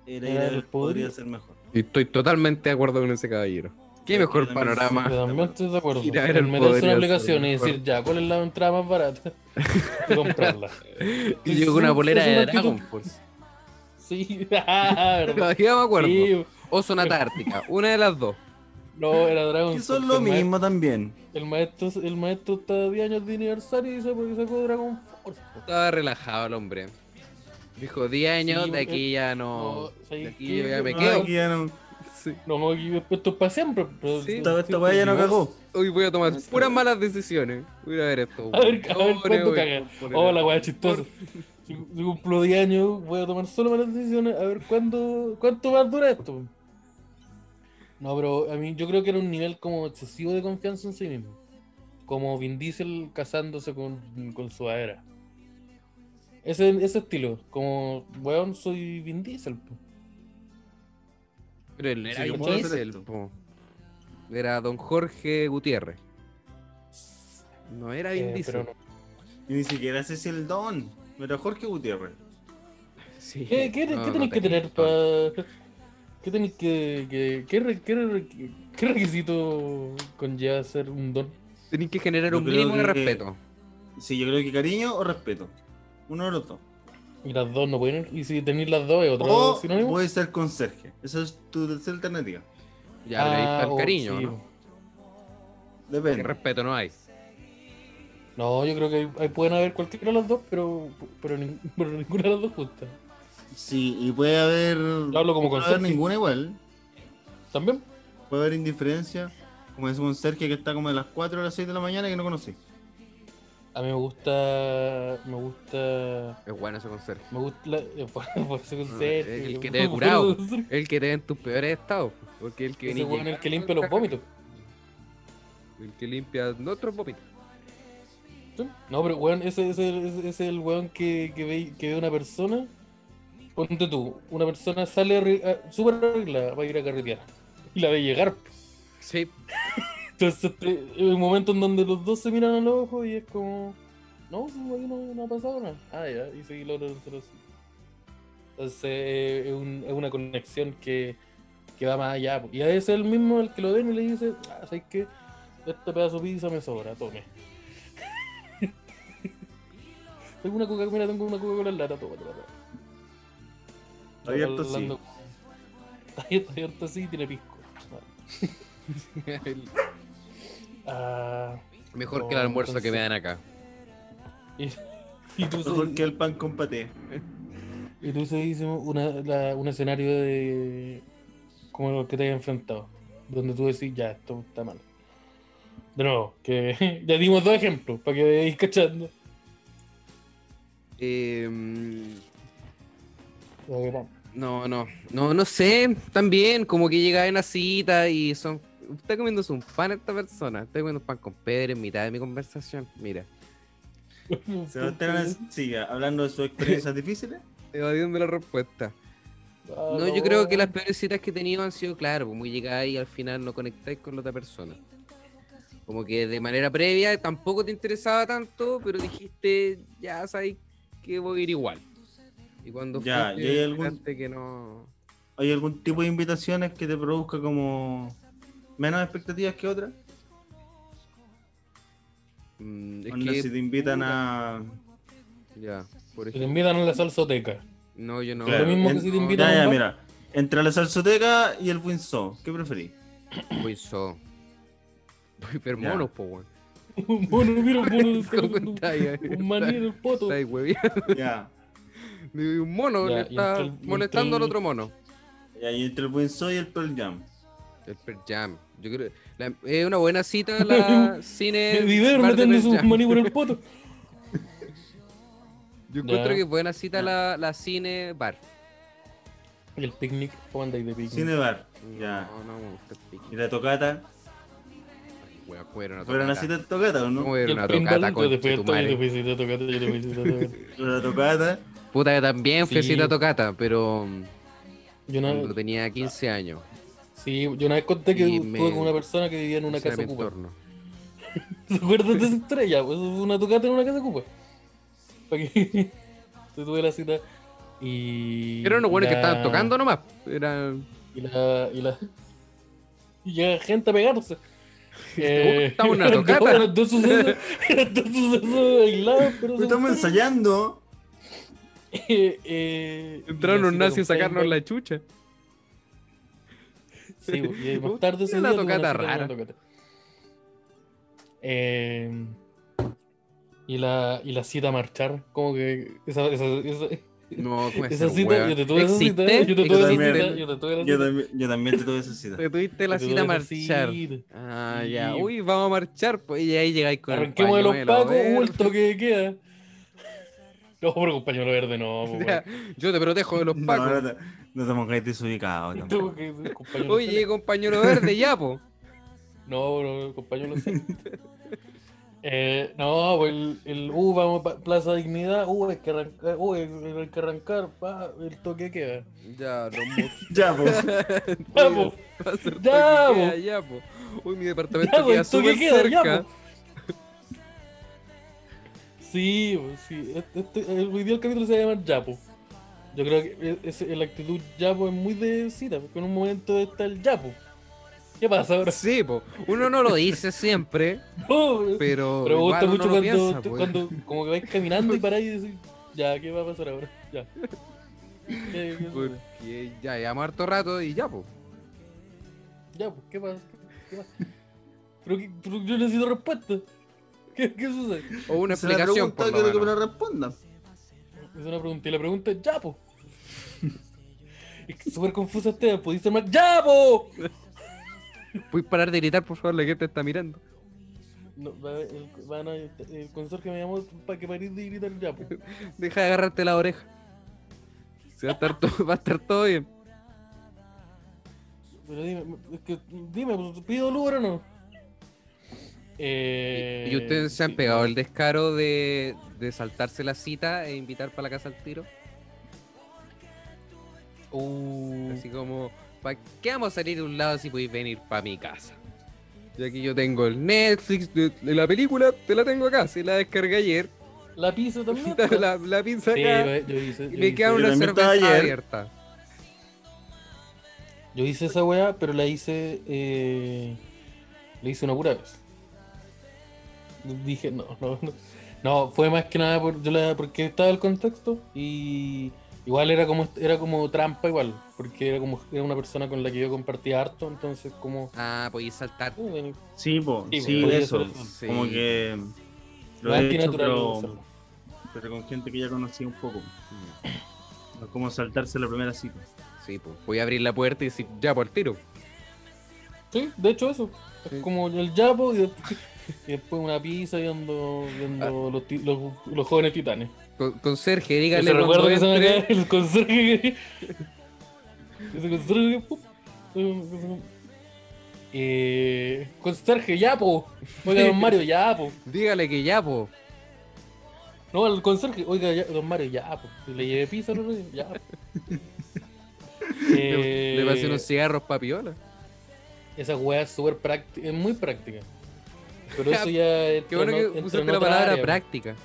S1: era ir
S2: Era
S1: al
S2: el
S1: podría
S2: podrido.
S1: ser mejor.
S3: Y estoy totalmente de acuerdo con ese caballero. Qué
S1: Yo
S3: mejor
S1: también
S2: Yo
S3: panorama.
S2: también estoy de acuerdo.
S3: Ir a ver el
S2: El meterse en
S3: poder
S2: la
S3: y hacer
S2: aplicación y
S3: mejor.
S2: decir, ya, ¿cuál es la entrada más barata? Y comprarla.
S3: Y yo con una
S2: Es
S3: polera
S2: una
S3: de
S2: actitud-
S3: Dragon Force.
S2: Sí, ah, verdad.
S3: Ya me acuerdo.
S2: Sí,
S3: O Zona Tártica, una de las dos.
S2: no, era Dragon
S1: Que son
S2: Force,
S1: lo
S2: el ma-
S1: mismo también.
S2: El maestro, el maestro está a 10 años de aniversario y sacó, sacó Dragon Force. po.
S3: Estaba relajado el hombre. Dijo 10 años,
S2: Sí, eh,
S3: de aquí ya no.
S2: no, ¿sabes
S3: De aquí
S2: qué?
S3: yo ya me
S2: No,
S3: quedo.
S1: aquí ya no-
S3: Sí.
S2: No, aquí esto es para siempre. Pero,
S3: Sí.
S1: Esta, esta weá ya no cagó.
S3: Hoy voy a tomar puras malas decisiones. Voy a ver esto.
S2: A ver, a ver cuánto caga. Oh, la weá chistosa.
S3: Por-
S2: Si, si cumplo 10 años, voy a tomar solo malas decisiones. A ver cuándo, cuánto más dura esto. No, pero a mí yo creo que era un nivel como excesivo de confianza en sí mismo. Como Vin Diesel casándose con, con su adera. Ese, ese estilo. Como, weón, soy Vin Diesel. po.
S3: Pero él no era
S1: Sí, yo
S3: Vin
S1: puedo hacer
S3: Diesel,
S1: esto.
S3: po. Era don Jorge Gutiérrez. No era Vin
S2: Eh, pero
S3: Diesel.
S2: no.
S1: Y ni siquiera sé si el don. Pero Jorge Gutiérrez.
S3: Sí.
S2: ¿Qué, qué,
S3: No,
S2: qué
S3: no
S2: tenéis que
S3: tenía
S2: tener
S3: don.
S2: para.? ¿Qué tenéis que. que- qué, re- qué re- qué requisito conlleva ser un don?
S3: Tenéis que generar
S1: Yo
S3: un
S1: creo
S3: mínimo de
S1: que-
S3: respeto.
S1: Sí, yo creo que cariño o respeto. Uno de los dos.
S2: Y las dos no pueden ir. Y si tenéis las dos es otro
S1: O
S2: sinónimo.
S1: puede ser conserje. Esa es tu tercera alternativa.
S3: Ya, pero ahí está el
S2: o-
S3: cariño,
S2: Ah, oh, sí.
S3: ¿no? ¿Qué
S1: Depende.
S3: respeto no hay?
S2: No, yo creo que ahí, ahí pueden haber cualquiera de las dos, pero, pero, nin- pero ninguna de las dos gusta.
S1: Sí, y puede haber.
S2: Yo hablo como
S1: puede haber
S2: conserje.
S1: ninguna igual.
S2: ¿También?
S1: Puede haber indifferencia. Como es un Sergio que está como de las 4 a las 6 de la mañana que no conocí.
S2: A mí me gusta. Me gusta.
S3: Es bueno ese conserje.
S2: Me gusta. la- eh, por- por ese concepto,
S3: el
S2: yo-
S3: que te ve curado. El que te ve en tus peores estados. po. Porque el que
S2: Ese
S3: venís
S2: weón es el que
S3: llegando
S2: limpia
S3: al
S2: los vómitos.
S3: trabajo, El que limpia nuestros vómitos.
S2: Sí. No, pero weón, ese ese- ese- ese es el weón que, que, ve, que ve una persona. Ponte tú, una persona sale arre- a- súper arreglada para ir a carretear. Y la ve llegar.
S3: Sí.
S2: Entonces, te- hay un momento en donde los dos se miran a los ojos y es como, no, sí, aquí no, no ha pasado nada. Ah, ya, y seguí el otro, nosotros sí. Entonces, eh, es, un- es una conexión que, que va más allá. po. Y a veces el mismo el que lo ven y le dice, ah, ¿sabes qué? Este pedazo de pizza me sobra, tome. tengo una coca mira, tengo una Coca-Cola en lata, toma, toma, toma.
S1: Está abierto, sí.
S2: Hablando- Está abierto, está abierto, sí, tiene pisco.
S3: El-
S2: Ah.
S3: Mejor que
S2: No,
S3: el almuerzo que me
S2: entonces-
S3: dan acá.
S2: Y, y tú
S1: Mejor
S2: se,
S1: que el pan con paté.
S2: y tú se hizo una, la- un escenario de como el que te hayas enfrentado, donde tú decís, ya, esto está mal. De nuevo, que ya dimos dos ejemplos para que veáis cachando.
S3: Eh, mm,
S2: Ya que vamos.
S3: no, no. No, no sé. También, como que llega en una cita y son. Está comiéndose un pan esta persona. Está comiendo pan con Pedro en mitad de mi conversación. Mira.
S1: Sebastián siga hablando de sus experiencias difíciles.
S3: Evadiendo la respuesta.
S2: Ah,
S1: Oh,
S3: No, yo creo que las
S2: no.
S3: peores citas que he tenido han sido, claro, como llegáis y al final no conectáis con la otra persona. Como que de manera previa tampoco te interesaba tanto, pero dijiste, ya sabéis que voy a ir igual. Y cuando
S1: Ya,
S3: fuiste,
S1: ¿y hay algún-
S3: enteraste que no...
S1: ¿Hay algún tipo de invitaciones que te produzca como menos expectativas que otras?
S3: Mm, es
S1: Onda,
S3: que,
S1: si te invitan a.
S3: Ya, por
S2: Si te
S3: ejemplo.
S2: invitan a la salsoteca.
S3: No, yo no.
S1: Claro,
S2: mismo que
S1: en-
S2: si te invitan a
S1: ya,
S2: un
S1: ya,
S2: bar.
S1: mira. Entre la salsoteca y el Winsor, ¿qué preferís?
S3: Voy so. Voy ver monos, po, weón.
S2: Bueno, mira, un mono está
S3: ¿Cómo
S2: con
S3: está ahí?
S2: un maní en el poto.
S3: Está ahí, hueviando.
S1: ya.
S3: Y Un mono
S2: Ya,
S3: le
S2: y entre
S3: está
S2: el- y entre
S3: molestando al
S2: el-
S3: otro mono.
S1: Ya, y entre el Winsor y el Pearl Jam.
S3: El Pearl Jam. Yo creo. la- es una buena cita la cine.
S2: Vivero
S3: bar de
S2: metiéndose
S3: Pearl
S2: un
S3: Jam.
S2: maní por el poto.
S3: Yo
S2: Ya.
S3: encuentro que es buena cita
S1: Ya.
S3: la, la cine bar.
S2: Y el picnic, ¿cómo andáis de picnic?
S1: Cinebar. Ya.
S3: No, no me gusta el pique.
S1: Y Mm. la tocata.
S3: Weón, fueron a
S1: ¿Fueron así
S3: tocata.
S1: de tocata o
S3: ¿Cómo
S1: no?
S3: era
S2: Y el
S3: una
S2: pinball,
S3: tocata,
S2: yo te fui a to- yo te
S3: conchetumare?
S2: fui a citar tocata, yo te fui a citar tocata.
S1: La tocata.
S3: Puta, que también fui a
S2: Sí.
S3: cita tocata, pero mm,
S2: Yo una,
S3: cuando tenía 15 años.
S2: sí, yo una vez conté que
S3: Y
S2: estuve
S3: me-
S2: con una persona que vivía en una
S3: ese era
S2: casa
S3: mi
S2: cupa.
S3: entorno.
S2: ¿Se acuerdan de esa estrella? Pues fue una tocata en una casa cupa. Para que Entonces tuve la cita y...
S3: Pero no, bueno, que
S2: la-
S3: estaban tocando nomás. Era...
S2: Y la... Y la... Y llega gente a pegarse. Eh,
S3: está una
S2: eran dos-
S3: tocata.
S2: eran dos sucesos, eran dos sucesos aislados, pero... se
S1: Estamos
S2: juntaron.
S1: ensayando.
S2: Eh, eh,
S3: Entraron
S2: y
S3: los
S2: así la
S3: nazis a
S2: compré en
S3: sacarnos la chucha.
S2: Sí, bo, y más tarde ese
S3: Una
S2: día tuve
S3: tocata
S2: cita con
S3: rara.
S2: una tocata. Eh, y, la, y la cita a marchar, como que esa, esa, esa,
S3: No, ¿cómo es
S2: esa
S3: esa
S2: cita,
S3: weá?
S2: yo te tuve esa cita, ¿eh?
S3: ¿Existe?
S2: yo te tuve esa
S1: Existe.
S2: cita, yo te tuve la
S1: Yo
S2: cita.
S1: también, yo también te tuve esa cita.
S3: Te tuviste la
S2: yo te
S3: cita
S2: tuve
S3: a
S2: la
S3: marchar.
S2: cita.
S3: Ah, ya.
S2: Sí.
S3: Uy, vamos a marchar. Pues, y ahí llegáis con
S2: Arranquemos de los
S3: pañuelo
S2: pacos,
S3: verde.
S2: bulto que queda. No, pero con pañuelo verde no, pues, bo,
S3: O sea, Yo te protejo de los
S1: No,
S3: pacos.
S1: no, te- no te pongáis desubicado.
S2: weón.
S1: tampoco.
S2: Tengo que- con pañuelo
S3: Oye, compañero verde, ya, po.
S2: No, no, compañero. eh, no, pues el, el uh, vamos pa- Plaza Dignidad, uh, hay que arrancar, uh, hay, hay que arrancar, pa, el toque queda.
S3: Ya, los
S1: Ya, pues.
S2: Vamos,
S3: mosquitos.
S2: Ya,
S3: Ya,
S2: po.
S3: ya, po. Uy, mi departamento
S2: ya, pues,
S3: queda
S2: el toque
S3: súper
S2: queda, ya,
S3: cerca.
S2: pues. Sí, pues, sí, este, este- el, hoy día el capítulo se llama Yapo. Yo creo que es, es- la actitud Yapo es muy de cita, porque en un momento está el Yapo. ¿Qué pasa ahora?
S3: Sí, po. Uno no lo dice siempre,
S2: No, Pero
S3: pero.
S2: me gusta
S3: igual uno
S2: mucho
S3: lo
S2: cuando,
S3: piensa, pues.
S2: tú-
S3: po.
S2: cuando como que vais caminando y paráis y decís, ya, ¿qué va a pasar ahora? Ya. Eh, ¿Qué- qué-
S3: Porque ya llevamos harto rato y ya, po.
S2: ya, pues, ¿qué pasa? ¿Qué pasa? Pero, que- pero yo necesito respuesta. ¿Qué, qué sucede?
S3: O una
S1: Se la
S3: explicación,
S1: pregunta,
S3: por lo
S1: quiero que me
S3: menos.
S1: la responda.
S2: Es una pregunta. Y la pregunta es, ya, po. Es que súper confusa este, podéis ser más, ya, po.
S3: ¿Puedes parar de gritar, por favor? La gente está mirando.
S2: No, va- el, van a- el consorje me llamó para que parís de gritar, ya, po.
S3: Deja de agarrarte la oreja. Se va a estar todo, va a estar todo bien.
S2: Pero dime, es que, dime, pues, pido luz ahora o no. Eh,
S3: ¿Y ustedes se han
S2: sí,
S3: pegado
S2: no.
S3: el descaro de, de saltarse la cita e invitar para la casa al tiro?
S2: Uh,
S3: Así como, ¿para qué vamos a salir de un lado si podéis venir para mi casa? Y aquí yo tengo el Netflix, de- de la película te la tengo acá, si la descargué ayer,
S2: la pizza también. pues.
S3: la, la pinza
S2: Sí,
S3: acá,
S2: yo, yo hice,
S3: y
S2: yo
S3: me
S2: hice-
S3: queda una
S1: también estaba
S3: cerveza
S1: ayer.
S3: abierta.
S2: yo hice esa weá, pero la hice. Eh, la hice una pura vez. Dije, no, no, no. No, fue más que nada por, yo la- porque estaba el contexto y igual era como era como trampa igual, porque era como era una persona con la que yo compartía harto, entonces como
S3: Ah, podéis saltar.
S2: uh, bueno,
S1: Sí, po,
S2: Sí,
S1: sí,
S2: po,
S1: eso.
S2: podría ser
S3: eso.
S1: Como
S3: Sí.
S1: que lo
S2: lo
S1: he hecho,
S2: antinatural de
S1: pero,
S2: hacerlo.
S1: pero con gente que ya conocía un poco.
S2: Mm.
S1: No es como saltarse la primera cita.
S3: Sí, pues voy a abrir la puerta y decir, ya por tiro.
S2: Sí, de hecho eso.
S3: Sí.
S2: Es como el yapo y después, y después una pizza viendo, viendo los, ti- los, los jóvenes titanes.
S3: Con, conserje,
S2: Yo
S3: dígale
S2: se recuerdo
S3: cuando
S2: que se me
S3: entre-
S2: cae el conserje que- Ese conserje que... pum, eh, Eh, conserje, ya, po. Oiga, don Mario, ya, po.
S3: dígale que ya, po.
S2: No, al conserje, oiga, ya, don Mario, ya, po. Le llevé pizza, no, ya. po.
S3: Le-
S2: Eh,
S3: Le pasé unos cigarros pa' piola.
S2: Esa weá es súper práctica, es muy práctica. Pero
S3: Ya,
S2: eso ya
S3: Qué
S2: entra
S3: bueno
S2: en o-
S3: que
S2: entra
S3: usaste
S2: en
S3: la
S2: otra
S3: palabra
S2: área, po.
S3: práctica.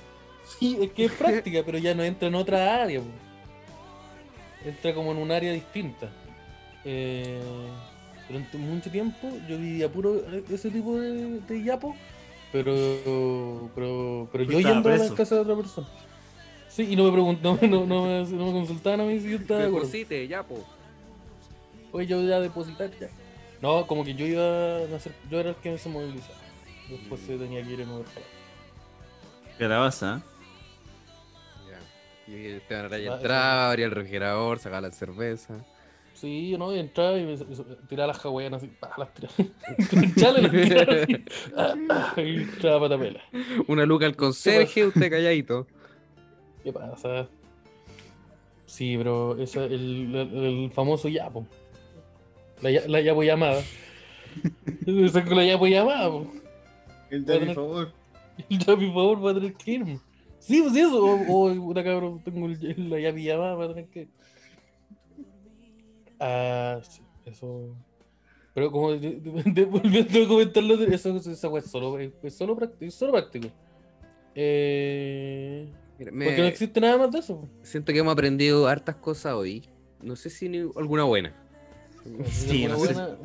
S2: Sí, es que es práctica, pero ya no entra en otra área. po. Entra como en un área distinta. eh, durante mucho tiempo yo vivía puro ese tipo de, de yapo, pero, pero, pero yo
S1: Estaba
S2: yendo a
S1: preso.
S2: la casa de otra persona. Sí, y no me preguntaban, no, no, no me, no me consultaban a mí si yo estaba de acuerdo.
S3: Deposite, ya, po.
S2: Oye, yo voy a depositar ya. No, como que yo iba a hacer, yo era el que se movilizaba. Después
S1: Mm.
S2: se tenía que ir en Uber.
S1: Calabaza.
S3: Ya. Y Esteban Araya
S2: Va-
S3: entraba, abría el refrigerador, sacaba la cerveza.
S2: Sí, yo no, y entraba y me, tiraba las hawaianas así, pa, las tiraba. Chale, las tiraba así. Ah, ah, y entraba patapela.
S3: Una luca al conserje, usted calladito.
S2: ¿Qué pasa? Sí, pero esa, el, el- el famoso Yapo. La, ya- la Yapo llamada. Esa con la Yapo llamada, po.
S1: El
S2: de mi
S1: favor.
S2: El Yapi, por favor, va a tener que irme. Sí, pues eso. O, o una cabrón, tengo el, el- la Yapi llamada, va a tener que ir. Ah, sí, eso. Pero como de- de- de- volviendo a comentarlo, eso, esa wea es solo, es solo práctico. Es solo práctico. Eh,
S3: Mira,
S2: Porque no
S3: me,
S2: existe nada más de eso. pues. po.
S3: siento que hemos aprendido hartas cosas hoy. No sé si ni- alguna buena.
S1: Sí,
S2: Una
S1: no sé.
S2: buena-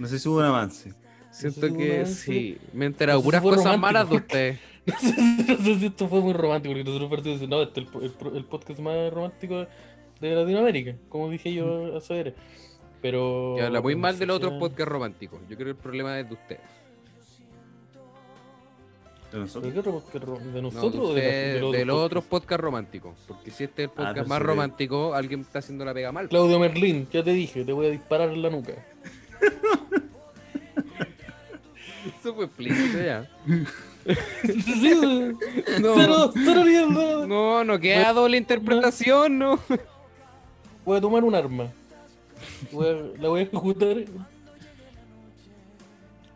S1: No sé si hubo un avance.
S3: Siento
S2: si
S3: que
S2: alguna vez
S3: sí. Me he enterado
S2: no sé si
S3: puras
S2: fue
S3: cosas
S2: romántico.
S3: malas de ustedes.
S2: No sé, si- no sé si esto fue muy romántico, porque nosotros partimos diciendo, no, este es el, po- el pro- el podcast más romántico de Latinoamérica, como dije yo a saber. Pero.
S3: Que habla Mm.
S2: Oh,
S3: muy mal de los otros
S2: Ya.
S3: podcasts románticos. Yo creo que el problema es de ustedes.
S1: De
S2: ¿De
S1: nosotros.
S2: qué otro podcast rom- ¿De
S3: No,
S2: nosotros
S3: de,
S2: o de, la- de
S3: ustedes,
S2: los
S3: de los otros
S2: otros? podcasts?
S3: podcasts románticos. Porque si este es el podcast
S1: pero
S3: más
S1: Ah, sí.
S3: romántico, alguien está haciendo la pega mal.
S2: Claudio Merlín, ya te dije, te voy a disparar en la nuca.
S3: Eso fue explícito ya.
S2: Sí, güey.
S3: No,
S2: Cero- cero mierda.
S3: no, no queda doble interpretación, no.
S2: Voy a tomar un arma. Voy a- la voy a ejecutar.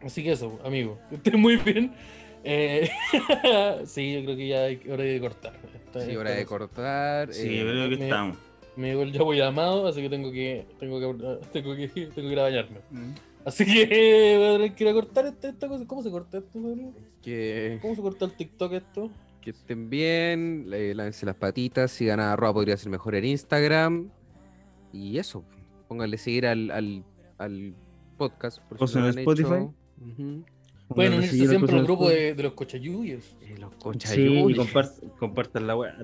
S2: Así que eso, amigo. Que Estén muy bien. Eh, sí, yo creo que ya hay hora de cortar. Está-
S3: Sí,
S2: está
S3: hora de
S2: eso.
S3: cortar.
S1: Sí,
S3: eh,
S1: yo creo que
S2: me-
S1: estamos.
S2: Me llegó el llavo llamado, así que tengo que tengo que tengo que tengo que ir a bañarme.
S1: Mm.
S2: Así que eh, voy a tener que ir a cortar esta, esta cosa. ¿Cómo se corta esto, Gabriel?
S3: que,
S2: ¿Cómo se corta el TikTok esto?
S3: que estén bien, eh, lávense las patitas. Si a arroba podría ser mejor en Instagram. Y eso, pónganle seguir al, al, al podcast. Por
S1: O sea,
S3: lo
S1: en
S3: han
S1: Spotify.
S3: hecho. Ujú.
S2: Pueden unirse siempre al grupo de, de los cochayuyos.
S3: Eh, los
S1: Sí, y
S3: cochayules.
S1: compart- compartan la weá.